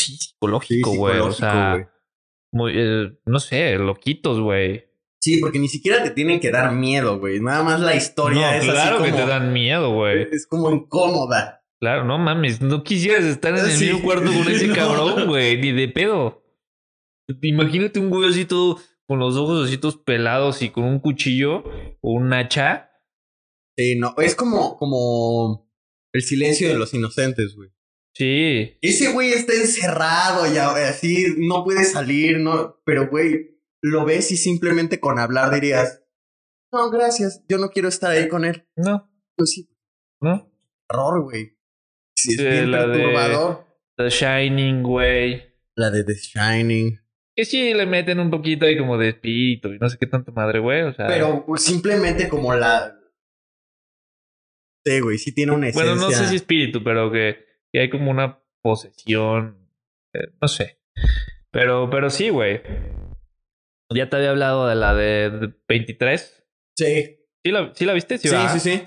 sí, psicológico,
Sí,
güey. O
psicológico, güey.
sea, muy, eh, no sé, loquitos, güey.
Sí, porque ni siquiera te tienen que dar miedo, güey. Nada más la historia
No,
es
claro
así
que
como...
te dan miedo, güey.
Es como incómoda.
Claro, no mames, no quisieras estar en el
Sí.
mismo cuarto con ese
No.
cabrón, güey, ni de pedo. Imagínate un güey así todo con los ojos así todos pelados y con un cuchillo o un hacha.
Sí, no. Es como, como el silencio de los inocentes, güey.
Sí,
Este Ese güey está encerrado ya, güey, así, no puede salir, no, pero güey, lo ves y simplemente con hablar dirías, no, gracias, yo no quiero estar ahí con él.
no,
Pues sí,
no.
terror, güey. Sí, es
¿Eh? Sí,
bien
la de-
perturbador.
The Shining, güey.
La de The Shining.
Que sí le meten un poquito ahí como de espíritu y no sé qué tanta madre, güey. O sea,
Pero pues, simplemente como la... Sí, güey, sí tiene una esencia.
bueno, no sé si espíritu, pero que, que hay como una posesión. eh, no sé. Pero, pero sí, güey. Ya te había hablado de la de de 23.
Sí,
¿Sí la, sí la viste? Sí,
sí,
¿verdad?
sí, sí.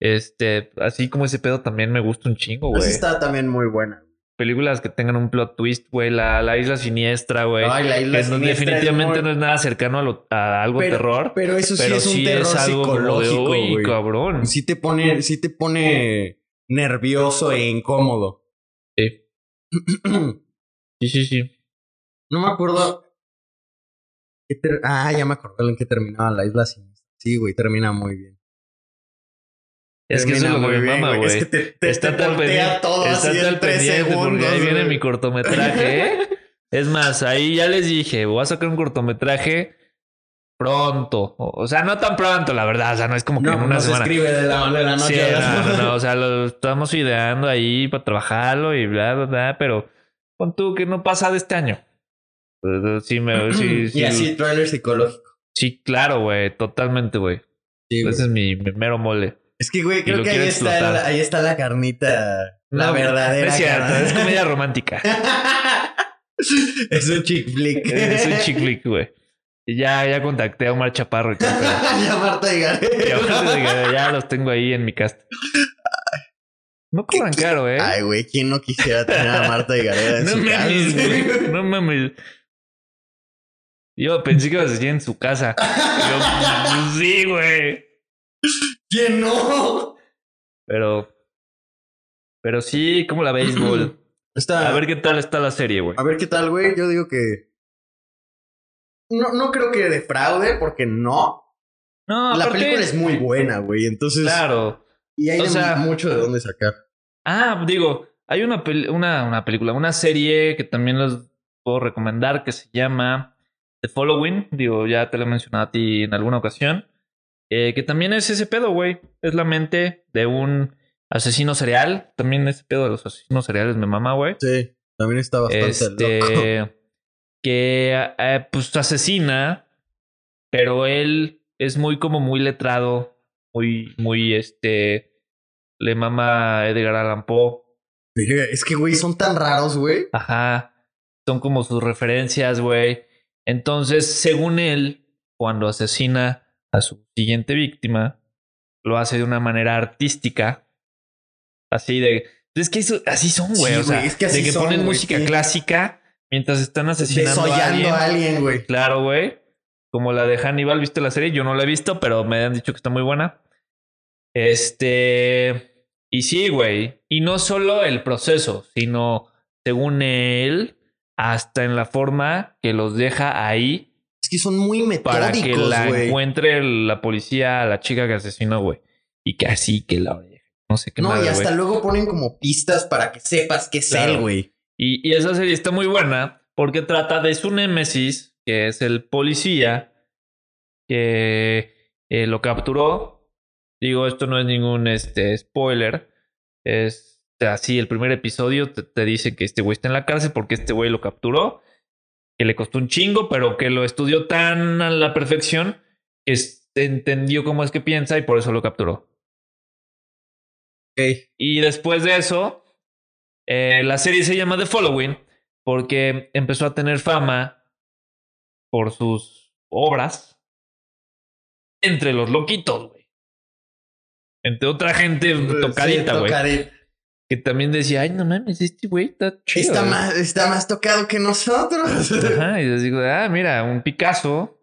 Este, así como ese pedo también me gusta un chingo,
Esa
güey.
Pues está también muy buena.
Películas que tengan un plot twist, güey. La, la isla siniestra, güey.
Ay, la
que
isla siniestra es
definitivamente
muy-
no es nada cercano a, lo- a algo
Pero-
terror. Pero,
Pero eso sí es un
sí
terror
es algo como de,
psicológico,
"Uy,
güey.
cabrón.
sí te pone, sí te pone nervioso e incómodo.
Sí.
no
Sí, sí, sí.
me acuerdo. qué ter- Ah, ya me acordé en qué terminaba la isla siniestra. Sí, güey, termina muy bien.
Es que eso es lo
Termina
que
muy
me
bien,
mama,
güey. Es
güey.
que te, te, te voltea todo
está
así
tan
en tres
pendiente porque
segundos.
ahí viene
güey.
mi cortometraje. ¿eh? es más, ahí ya les dije, voy a sacar un cortometraje pronto. O o sea, no tan pronto, la verdad. O sea, no es como que en
No,
una
no se
semana.
escribe de la, de la noche
Sí,
a la
no, no,
semana.
no, o sea, lo estamos ideando ahí para trabajarlo y bla, bla, bla, pero pon tú que no pasa de este año. Eh, Sí, me, sí, sí,
Y así, trailer psicológico.
sí, claro, güey, totalmente, güey.
Sí, güey.
Ese es mi, mi mero mole.
Es que, güey, creo
lo
que ahí
quiero
está,
explotar.
la- ahí está la carnita. La
No,
verdadera.
no es cierto,
carnita.
es comedia romántica.
es un chick flick.
Es un chick flick, güey. Y ya, ya contacté a Omar Chaparro y todo. pero-
Ya Marta y Gareda.
y aparte de que ya los tengo ahí en mi cast. No cobran caro, ¿eh?
Ay, güey, ¿quién no quisiera tener a Marta y Gareda en
No
su casa?
mames, güey. No mames. Yo pensé que ibas a decir en su casa. Yo, pues, sí, güey.
¿Quién no?
Pero. Pero sí, como la béisbol.
Está,
A ver qué tal está la serie, güey.
a ver qué tal, güey. Yo digo que. No, no creo que defraude, porque no.
No,
la
aparte-
película es muy buena, güey. Entonces.
Claro.
Y hay
o
de-
sea-
mucho de dónde sacar.
Ah, digo, hay una, pel- una, una película, una serie que también les puedo recomendar que se llama The Following. Digo, ya te lo he mencionado a ti en alguna ocasión. Eh, que también es ese pedo, güey. Es la mente de un asesino serial. También ese pedo de los asesinos seriales me mama, güey.
Sí, también está bastante loco.
Este. Que eh, pues asesina. Pero él es muy como muy letrado. Muy, muy este. Le mama a Edgar Allan Poe.
Verga, Es que, güey, son tan raros, güey.
Ajá. Son como sus referencias, güey. Entonces, según él, cuando asesina a su siguiente víctima, lo hace de una manera artística. Así de, Es que eso, así son, güey.
Sí,
o sea,
güey, es que así
de que
son,
ponen
güey,
música
sí.
clásica mientras están asesinando a
Desollando
alguien.
a alguien, güey.
Claro, güey. Como la de Hannibal, ¿viste la serie? Yo no la he visto, pero me han dicho que está muy buena. Este. Y sí, güey. Y no solo el proceso, sino según él, hasta en la forma que los deja ahí
Es que son muy
para
metódicos,
que la
güey.
encuentre la policía a la chica que asesinó, güey. Y que así que la oreja. No sé qué
No,
madre,
y
güey.
hasta luego ponen como pistas para que sepas que es
Claro.
él, güey.
Y, y esa serie está muy buena porque trata de su némesis, que es el policía, que eh, lo capturó. Digo, esto no es ningún este, spoiler. Es así, el primer episodio te, te dice que este güey está en la cárcel porque este güey lo capturó, que le costó un chingo, pero que lo estudió tan a la perfección que es- entendió cómo es que piensa y por eso lo capturó.
Ok.
Y después de eso, eh, la serie se llama The Following porque empezó a tener fama por sus obras entre los loquitos, güey. Entre otra gente tocadita,
Sí,
güey.
tocadita.
que también decía, ay, no mames, este güey está chido.
Está
güey".
más, está más tocado que nosotros.
Ajá, y les digo, ah, mira, un Picasso,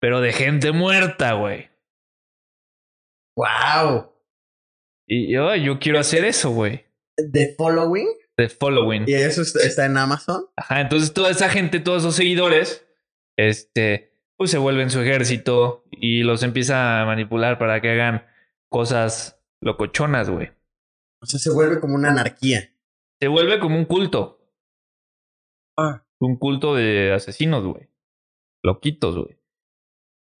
pero de gente muerta, güey.
wow.
Y yo, "Ay, yo quiero hacer eso, güey.
The Following.
The Following.
Y eso está, está en Amazon.
Ajá, entonces toda esa gente, todos esos seguidores, este, pues se vuelven su ejército y los empieza a manipular para que hagan cosas locochonas, güey.
O sea, se vuelve como una anarquía.
Se vuelve como un culto. Un culto de asesinos, güey. Loquitos, güey.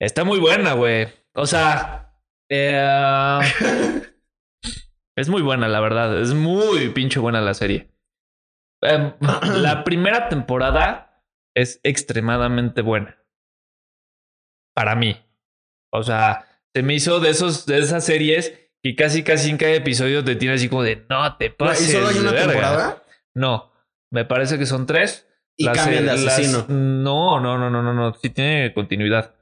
Está muy buena, güey. O sea, eh, es muy buena, la verdad. Es muy pinche buena la serie. Em, la primera temporada es extremadamente buena. Para mí. O sea, se me hizo de, esos, de esas series que casi, casi en cada episodio te tiene así como de no te
¿Y
pases.
solo hay
de
una
verga".
temporada?
No, me parece que son tres.
Y
Las- eh,
cambian de
las-
asesino.
no, no, no, no, no, no. Sí tiene continuidad.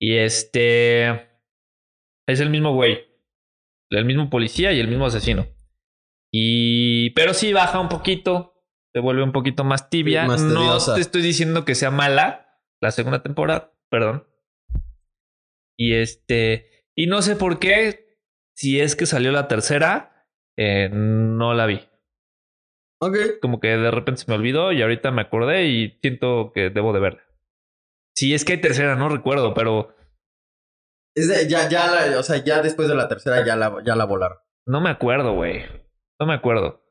Y este. Es el mismo güey. El mismo policía y el mismo asesino. Y. Pero sí baja un poquito. Se vuelve un poquito más tibia.
Sí, más
no
tediosa.
te estoy diciendo que sea mala. La segunda temporada, perdón. Y este. Y no sé por qué. Si es que salió la tercera. eh, no la vi
Ok.
como que de repente se me olvidó y ahorita me acordé y siento que debo de verla. Si es que hay tercera, no recuerdo, pero
Es de- ya, ya, la- o sea, ya después de la tercera ya la, ya la volaron.
no me acuerdo, güey. No me acuerdo.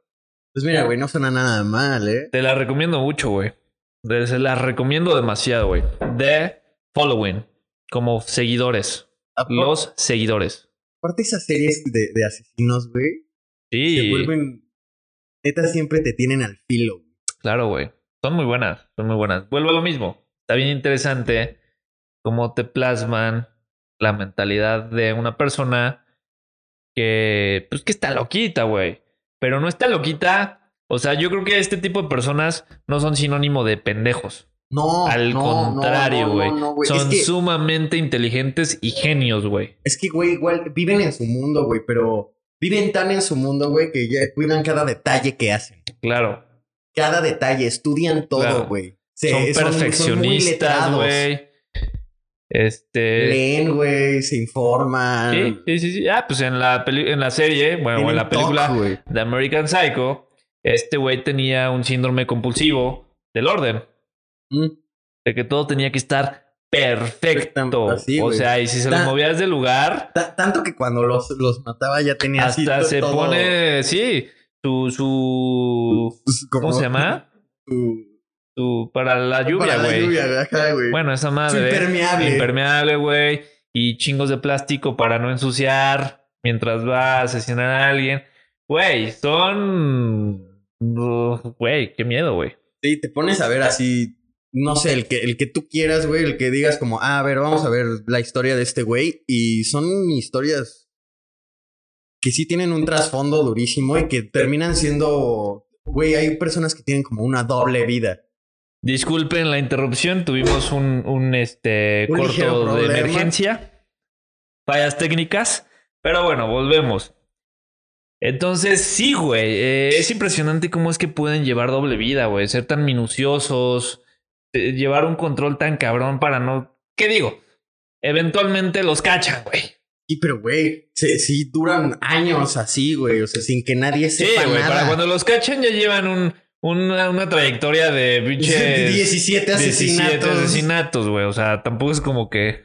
Pues mira, güey, no suena nada mal, ¿eh?
Te la recomiendo mucho, güey. Te- Se la recomiendo demasiado, güey. De Following, como seguidores.
Apar-
Los seguidores.
Aparte esas series de, de asesinos, güey, se
Sí,
vuelven... Neta, siempre te tienen al filo. güey.
claro, güey. Son muy buenas, son muy buenas. Vuelvo a lo mismo. Está bien interesante cómo te plasman la mentalidad de una persona que, pues que está loquita, güey. Pero no está loquita. O sea, yo creo que este tipo de personas no son sinónimo de pendejos.
No,
Al
no, no,
contrario,
no,
güey.
no, no, güey.
son
es, que,
sumamente inteligentes y genios, güey.
es que, güey, igual viven en su mundo, güey, pero viven tan en su mundo, güey, que ya cuidan cada detalle que hacen.
Claro.
Cada detalle, estudian
Claro.
todo, güey. Se-
son
son- son muy
perfeccionistas,
letrados.
güey. Este.
Leen, güey, se informan.
Sí, sí, sí, sí. Ah, pues en la, peli- en la serie, bueno, o en la película
güey.
de American Psycho, este güey tenía un síndrome compulsivo del orden,
Mm,
de que todo tenía que estar perfecto.
Perfecta- sí,
o
güey.
sea, y si se lo
Ta-
movías de lugar,
Ta- tanto que cuando los, los mataba ya tenía así
hasta
to-
se
todo-
pone, sí, su, su,
como-
¿cómo se llama?
su-
Su, para la lluvia,
para la
güey.
lluvia, ajá, güey.
Bueno, esa
Su
madre.
impermeable.
Impermeable, güey. Y chingos de plástico para no ensuciar mientras va a asesinar a alguien. Güey, son... Uf, Güey, qué miedo, güey.
Sí, te pones a ver así, no sé, el que, el que tú quieras, güey, el que digas como, ah, a ver, vamos a ver la historia de este güey. Y son historias que sí tienen un trasfondo durísimo y que terminan siendo, güey, hay personas que tienen como una doble vida.
Disculpen la interrupción, tuvimos un, un, este,
Un ligero
corto de
problema.
emergencia. Fallas técnicas. Pero bueno, volvemos. Entonces, sí, güey. eh, es impresionante cómo es que pueden llevar doble vida, güey. Ser tan minuciosos, eh, llevar un control tan cabrón para no. ¿Qué digo? Eventualmente los cachan, güey.
Sí, pero güey, sí, sí duran años así, güey. O sea, sin que nadie
Sí,
sepa
güey.
nada.
Para cuando los cachan ya llevan un, una, una trayectoria de pinches 17
17 asesinatos.
asesinatos, güey. O sea, tampoco es como que.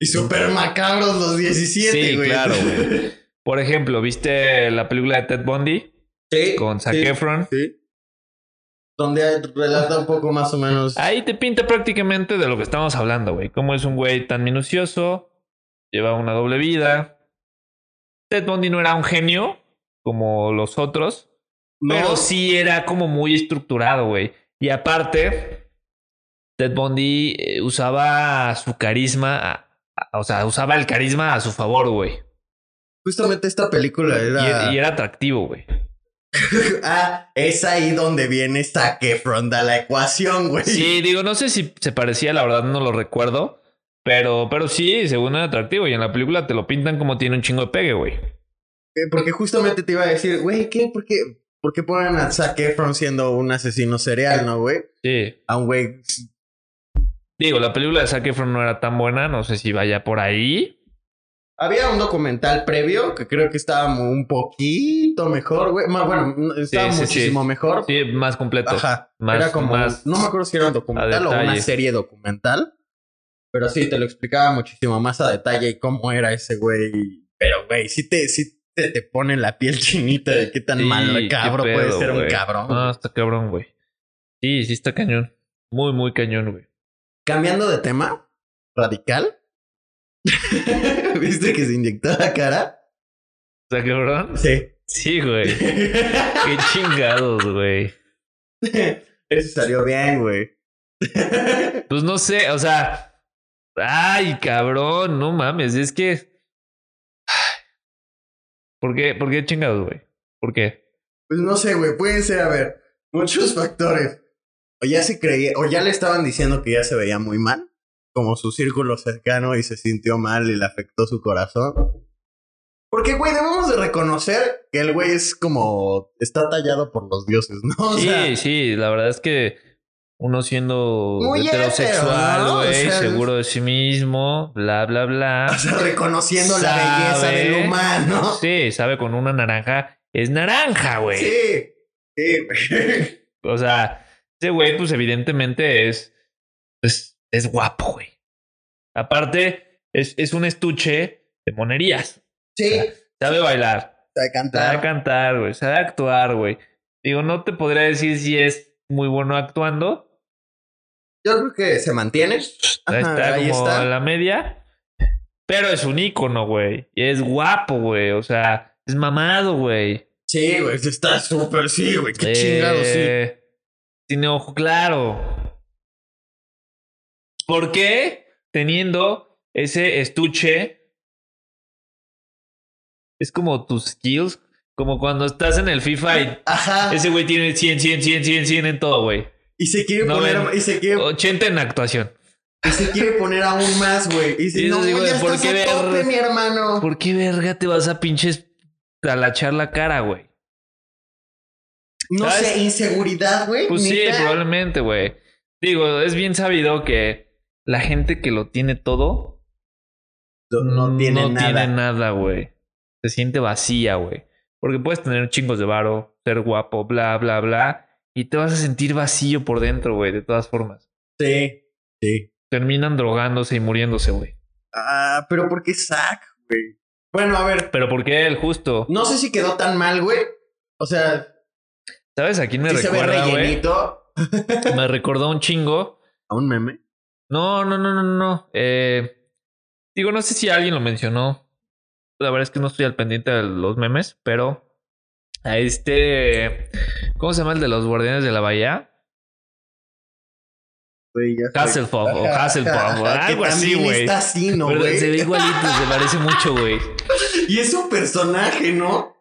Y super macabros los 17,
Sí,
güey.
claro, güey. Por ejemplo, ¿viste la película de Ted Bundy
Sí,
con Zac
sí,
Efron?
sí. Donde relata un poco más o menos.
Ahí te pinta prácticamente de lo que estamos hablando, güey. Cómo es un güey tan minucioso, lleva una doble vida. Ted Bundy no era un genio como los otros,
No,
pero sí era como muy estructurado, güey. Y aparte, Ted Bundy eh, usaba su carisma, a- a- o sea, usaba el carisma a su favor, güey.
justamente esta película era.
Y, y era atractivo, güey.
Ah, es ahí donde viene Zac Efron da la ecuación, güey.
Sí, digo, no sé si se parecía, la verdad no lo recuerdo. Pero, pero sí, según era atractivo. Y en la película te lo pintan como tiene un chingo de pegue, güey.
Eh, Porque justamente te iba a decir, güey, ¿qué? ¿Por qué, ¿por qué ponen a Zac Efron siendo un asesino serial, no, güey?
Sí.
A un güey.
Digo, la película de Zac Efron no era tan buena, no sé si vaya por ahí.
Había un documental previo que creo que estaba mu- un poquito mejor, güey. Más, bueno, no, estaba
Sí, sí,
muchísimo
sí.
mejor.
Sí, más completo.
Ajá.
Más-
era como.
más
no me acuerdo si era un documental o una
detalle.
serie documental. Pero sí, te lo explicaba muchísimo más a detalle y cómo era ese güey. Pero, güey, sí te, sí te, te pone la piel chinita de qué tan
Sí,
mal
qué
cabro puede
pedo,
ser un
güey. Ah.
cabrón.
No, está cabrón, güey. Sí, sí está cañón. Muy, muy cañón, güey.
Cambiando de tema, radical. ¿Viste que se inyectó la cara?
¿Zac Efron?
Sí.
Sí, güey. Qué chingados, güey.
Eso salió bien, güey.
Pues no sé, o sea. Ay, cabrón, no mames, es que. ¿Por qué, por qué chingados, güey? ¿Por qué?
Pues no sé, güey, pueden ser, a ver, muchos factores. O ya se creía, o ya le estaban diciendo que ya se veía muy mal, como su círculo cercano y se sintió mal y le afectó su corazón. Porque, güey, debemos de reconocer que el güey es como, está tallado por los dioses, ¿no? O
sí,
sea,
sí, la verdad es que uno siendo
Muy hetero,
heterosexual,
¿no? O
güey,
sea,
seguro de sí mismo, bla, bla, bla.
o sea, reconociendo la belleza
Sabe.
del humano.
Sí, sabe, con una naranja es naranja, güey.
Sí, sí, güey.
O sea, ese güey, pues evidentemente es, es, es guapo, güey. Aparte, es, es un estuche de monerías.
Sí,
Sabe bailar,
sabe
sabe
cantar.
cantar, güey, sabe actuar, güey. Digo, no te podría decir si es muy bueno actuando.
Yo creo que se mantiene.
Ahí
Ajá,
está
ahí
como
está.
a la media. Pero es un ícono, güey. Y es guapo, güey. O sea, es mamado, güey.
Sí, güey, está súper, sí, güey, qué
Eh,
chingado, sí.
Tiene ojo claro. ¿Por qué teniendo ese estuche? Es como tus skills. Como cuando estás en el FIFA y
Ajá.
ese güey tiene 100, 100, 100, 100, 100 en todo, güey.
y se quiere
no
poner
ven.
y se quiere,
80 en actuación.
y se quiere poner aún más, güey. Y dice,
Y eso
no,
sí,
güey,
güey,
ya
¿por
estás
qué
a tope,
ver-
mi hermano.
¿Por qué verga te vas a pinches talachar la cara, güey?
no
¿sabes?
sé, inseguridad, güey.
Ah, Pues sí,
neta.
probablemente, güey. Digo, es bien sabido que la gente que lo tiene todo mm,
No, no tiene
no
nada.
tiene nada, güey. Se siente vacía, güey. Porque puedes tener chingos de varo, ser guapo, bla, bla, bla. Y te vas a sentir vacío por dentro, güey, de todas formas.
Sí, sí.
Terminan drogándose y muriéndose, güey.
Ah, pero ¿por qué Zack, güey? Bueno, a ver,
Pero ¿por qué el justo?
no sé si quedó tan mal, güey. O sea,
¿Sabes a quién me
sí se ve
recuerda, güey?
rellenito
Me recordó un chingo.
a un meme.
No, no, no, no, no, no. Eh, digo, no sé si alguien lo mencionó. La verdad es que no estoy al pendiente de los memes, pero a este. ¿Cómo se llama el de los guardianes de la bahía?
Güey, ya sé.
Hasselhoff o Hasselhoff o
Ajá, que
algo así,
también
güey.
Está así, ¿no,
Pero
güey?
se ve igualito, se parece mucho, güey.
Y es un personaje, ¿no?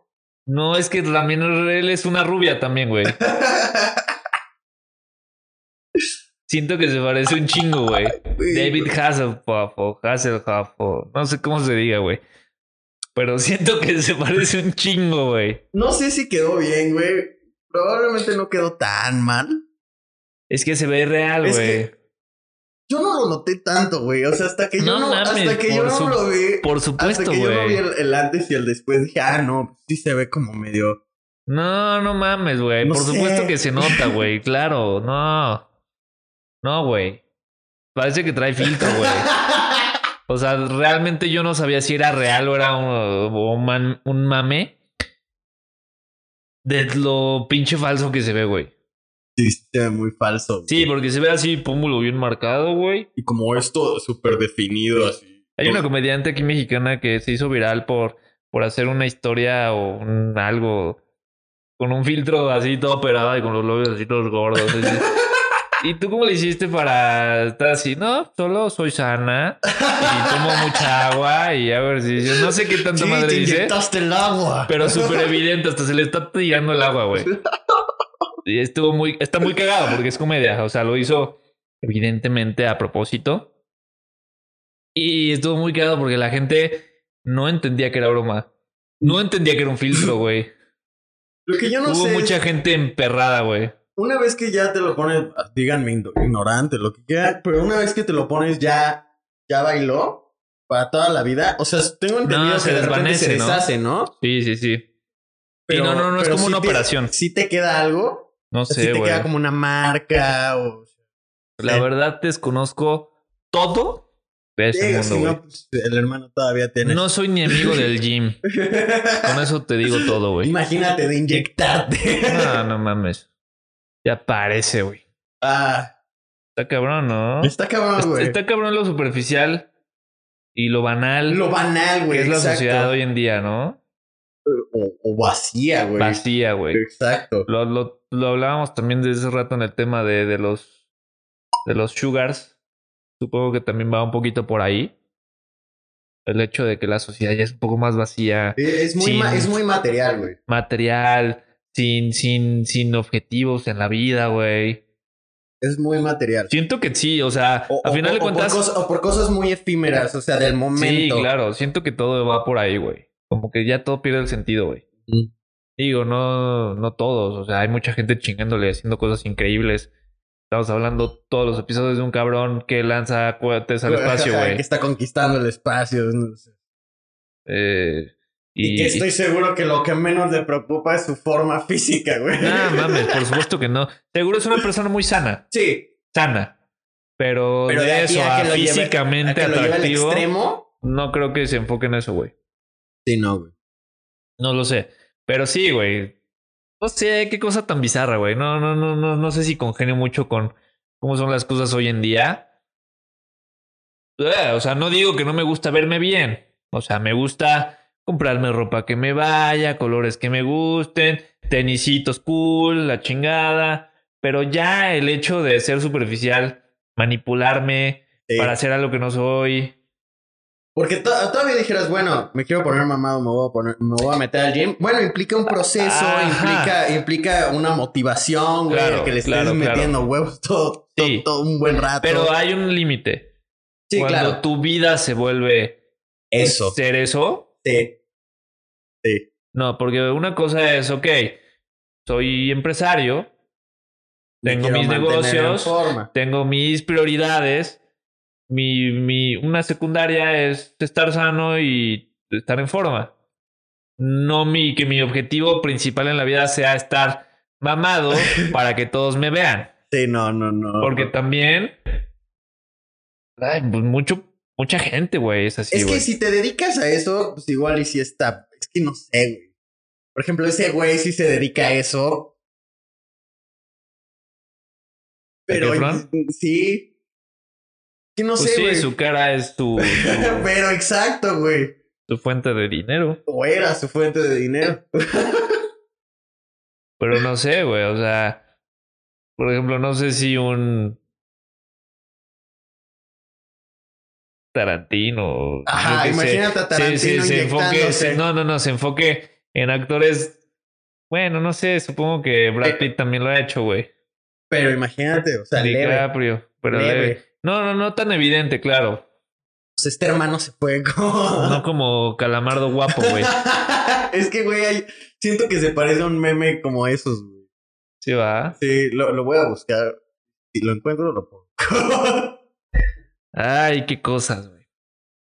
No, es que también él es una rubia también, güey. Siento que se parece un chingo, güey. David Hasselhoff o Hasselhoff o no sé cómo se diga, güey. Pero siento que se parece un chingo, güey.
No sé si quedó bien, güey. Probablemente no quedó tan mal.
Es que se ve real,
Es
güey.
Yo no lo noté tanto, güey. O sea, hasta que yo
No
no,
mames,
hasta que yo
por
no
su-
lo vi.
Por
Hasta
supuesto,
que yo no vi
güey.
el, el antes y el después, dije, ah, no, sí se ve como medio.
No, no mames, güey.
No
Por
sé.
supuesto que se nota, güey. Claro, no. No, güey. Parece que trae filtro, güey. O sea, realmente yo no sabía si era real o era un, o un man- un mame. De lo pinche falso que se ve, güey.
Sí, se ve muy falso.
Sí, porque se ve así, pómulo bien marcado, güey.
Y como esto súper definido, así.
Hay una comediante aquí mexicana que se hizo viral por, por hacer una historia o un algo con un filtro así todo operado y con los labios así todos gordos. así. ¿Y tú cómo le hiciste para estar así? No, solo soy sana y tomo mucha agua y a ver si no sé qué tanta
Sí,
madre
te
dice,
inyectaste el agua.
pero súper evidente, hasta se le está tirando el agua, güey. Y estuvo muy, está muy cagado porque es comedia. O sea, lo hizo evidentemente a propósito. Y estuvo muy cagado porque la gente no entendía que era broma. No entendía que era un filtro, güey.
Lo que yo no
Hubo
sé. es-
mucha gente emperrada, güey.
Una vez que ya te lo pones, díganme indo- ignorante, lo que quieran, pero una vez que te lo pones ya, ya bailó para toda la vida. O sea, tengo entendido
No, se
que de repente se
desvanece, ¿no?
deshace, ¿no?
Sí, sí, sí.
Pero-
sí, no, no, no es
pero
como
sí
una
te-
operación.
Si te queda algo,
No
si
sé,
te
güey.
queda como una marca o
La verdad desconozco todo de este
Digo,
mundo,
si
güey.
no, pues, el hermano todavía tiene.
No soy ni amigo del gym. Con eso te digo todo, güey.
Imagínate de inyectarte.
No, no mames. Ya parece, güey.
Ah,
Está cabrón, ¿no?
está cabrón,
Está,
güey.
está cabrón lo superficial y lo banal
Lo banal,
que
güey.
es la
exacto.
sociedad hoy en día, ¿no?
O, o vacía, güey.
Vacía, güey.
Exacto.
Lo, lo- lo hablábamos también desde hace rato en el tema de, de los de los sugars. Supongo que también va un poquito por ahí. El hecho de que la sociedad ya es un poco más vacía,
Eh, Es muy,
Sí.
ma- es muy material, güey.
material, sin, sin, sin objetivos en la vida, güey.
Es muy material.
Siento que sí, o sea,
O,
a
o-
final de
o por
cuentas.
cosas- o por cosas muy efímeras, o sea, del
Sí,
momento.
claro, siento que todo va por ahí, güey. Como que ya todo pierde el sentido, güey.
Ujú.
Digo, no, no todos, o sea, hay mucha gente chingándole, haciendo cosas increíbles. Estamos hablando todos los episodios de un cabrón que lanza cohetes al espacio,
Que
güey.
está conquistando el espacio. no sé.
Eh,
Y,
y
que estoy seguro que lo que menos le preocupa es su forma física, güey.
Nah, mames, por supuesto que no. Seguro es una persona muy sana,
Sí,
sana. Pero,
Pero
de,
de aquí
eso
a
a,
que lo lleve- a
físicamente
que lo lleve al
atractivo,
extremo.
no creo que se enfoque en eso, güey.
Sí, no, güey.
No lo sé. Pero sí, güey. No sé, qué cosa tan bizarra, güey. No, no, no, no, no sé si congenio mucho con cómo son las cosas hoy en día. Eh, o sea, no digo que no me gusta verme bien. O sea, me gusta comprarme ropa que me vaya, colores que me gusten, tenisitos cool, la chingada. Pero ya el hecho de ser superficial, manipularme
Sí.
para hacer algo que no soy.
Porque to- todavía dijeras, bueno, me quiero poner mamado, me voy a poner, me voy a meter al gym. Bueno, implica un proceso,
Ajá.
implica, implica una motivación, güey,
Claro,
que le estés
claro, claro.
metiendo huevos todo, todo,
Sí.
todo un buen rato.
Pero hay un límite.
sí,
Cuando
claro.
tu vida se vuelve
Eso.
ser eso.
Sí.
No, porque una cosa es, ok, soy empresario,
Me
Tengo
quiero
mis
mantener
negocios.
en forma.
tengo mis prioridades, mi, mi, una secundaria es estar sano y estar en forma. No mi, que mi objetivo principal en la vida sea estar mamado para que todos me vean.
Sí, no, no, no.
Porque también, ay, pues mucho, mucha gente, güey, es así,
es que
güey.
si te dedicas a eso, pues igual y si está. Es que no sé, güey. Por ejemplo, ese güey si se dedica a eso. Pero
¿Zac Efron?
sí. Que no
Pues
sé,
sí,
güey.
su cara es tu, tu-
Pero exacto, güey.
tu fuente de dinero.
O era su fuente de dinero.
Pero no sé, güey. O sea, por ejemplo, no sé si un Tarantino. yo
Ajá,
qué sé,
imagínate a Tarantino
se enfoque.
inyectándose.
no, no, no, se enfoque en actores. Bueno, no sé, supongo que
Eh,
Brad Pitt también lo ha hecho, güey.
Pero imagínate, o sea, leve,
DiCaprio, pero
leve.
leve. No, no, no tan evidente, claro.
Pues este hermano se fue con...
No como calamardo guapo, güey.
es que, güey, hay- siento que se parece a un meme como esos, güey.
Sí, va.
Sí, lo, lo voy a buscar. Si lo encuentro, lo pongo.
Ay, qué cosas, güey.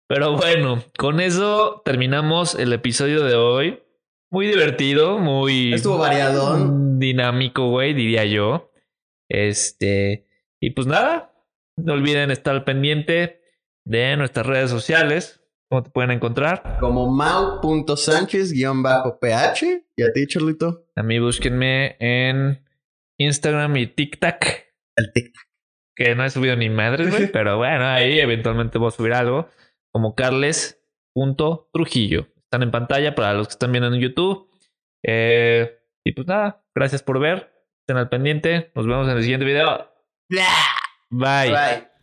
Pero bueno, con eso terminamos el episodio de hoy. Muy divertido, muy. mm,
Estuvo variado.
dinámico, güey, diría yo. Este, y pues nada, no olviden estar al pendiente de nuestras redes sociales, cómo te pueden encontrar.
Como mau.sánchez-ph. Y a ti, Charlito.
A mí búsquenme en Instagram y TikTok,
El tic.
que no he subido ni madres, güey, pero bueno, ahí eventualmente voy a subir algo, como carles.trujillo. Están en pantalla para los que están viendo en YouTube. Eh, y pues nada, gracias por ver, estén al pendiente, nos vemos en el siguiente video. Bye.
Bye.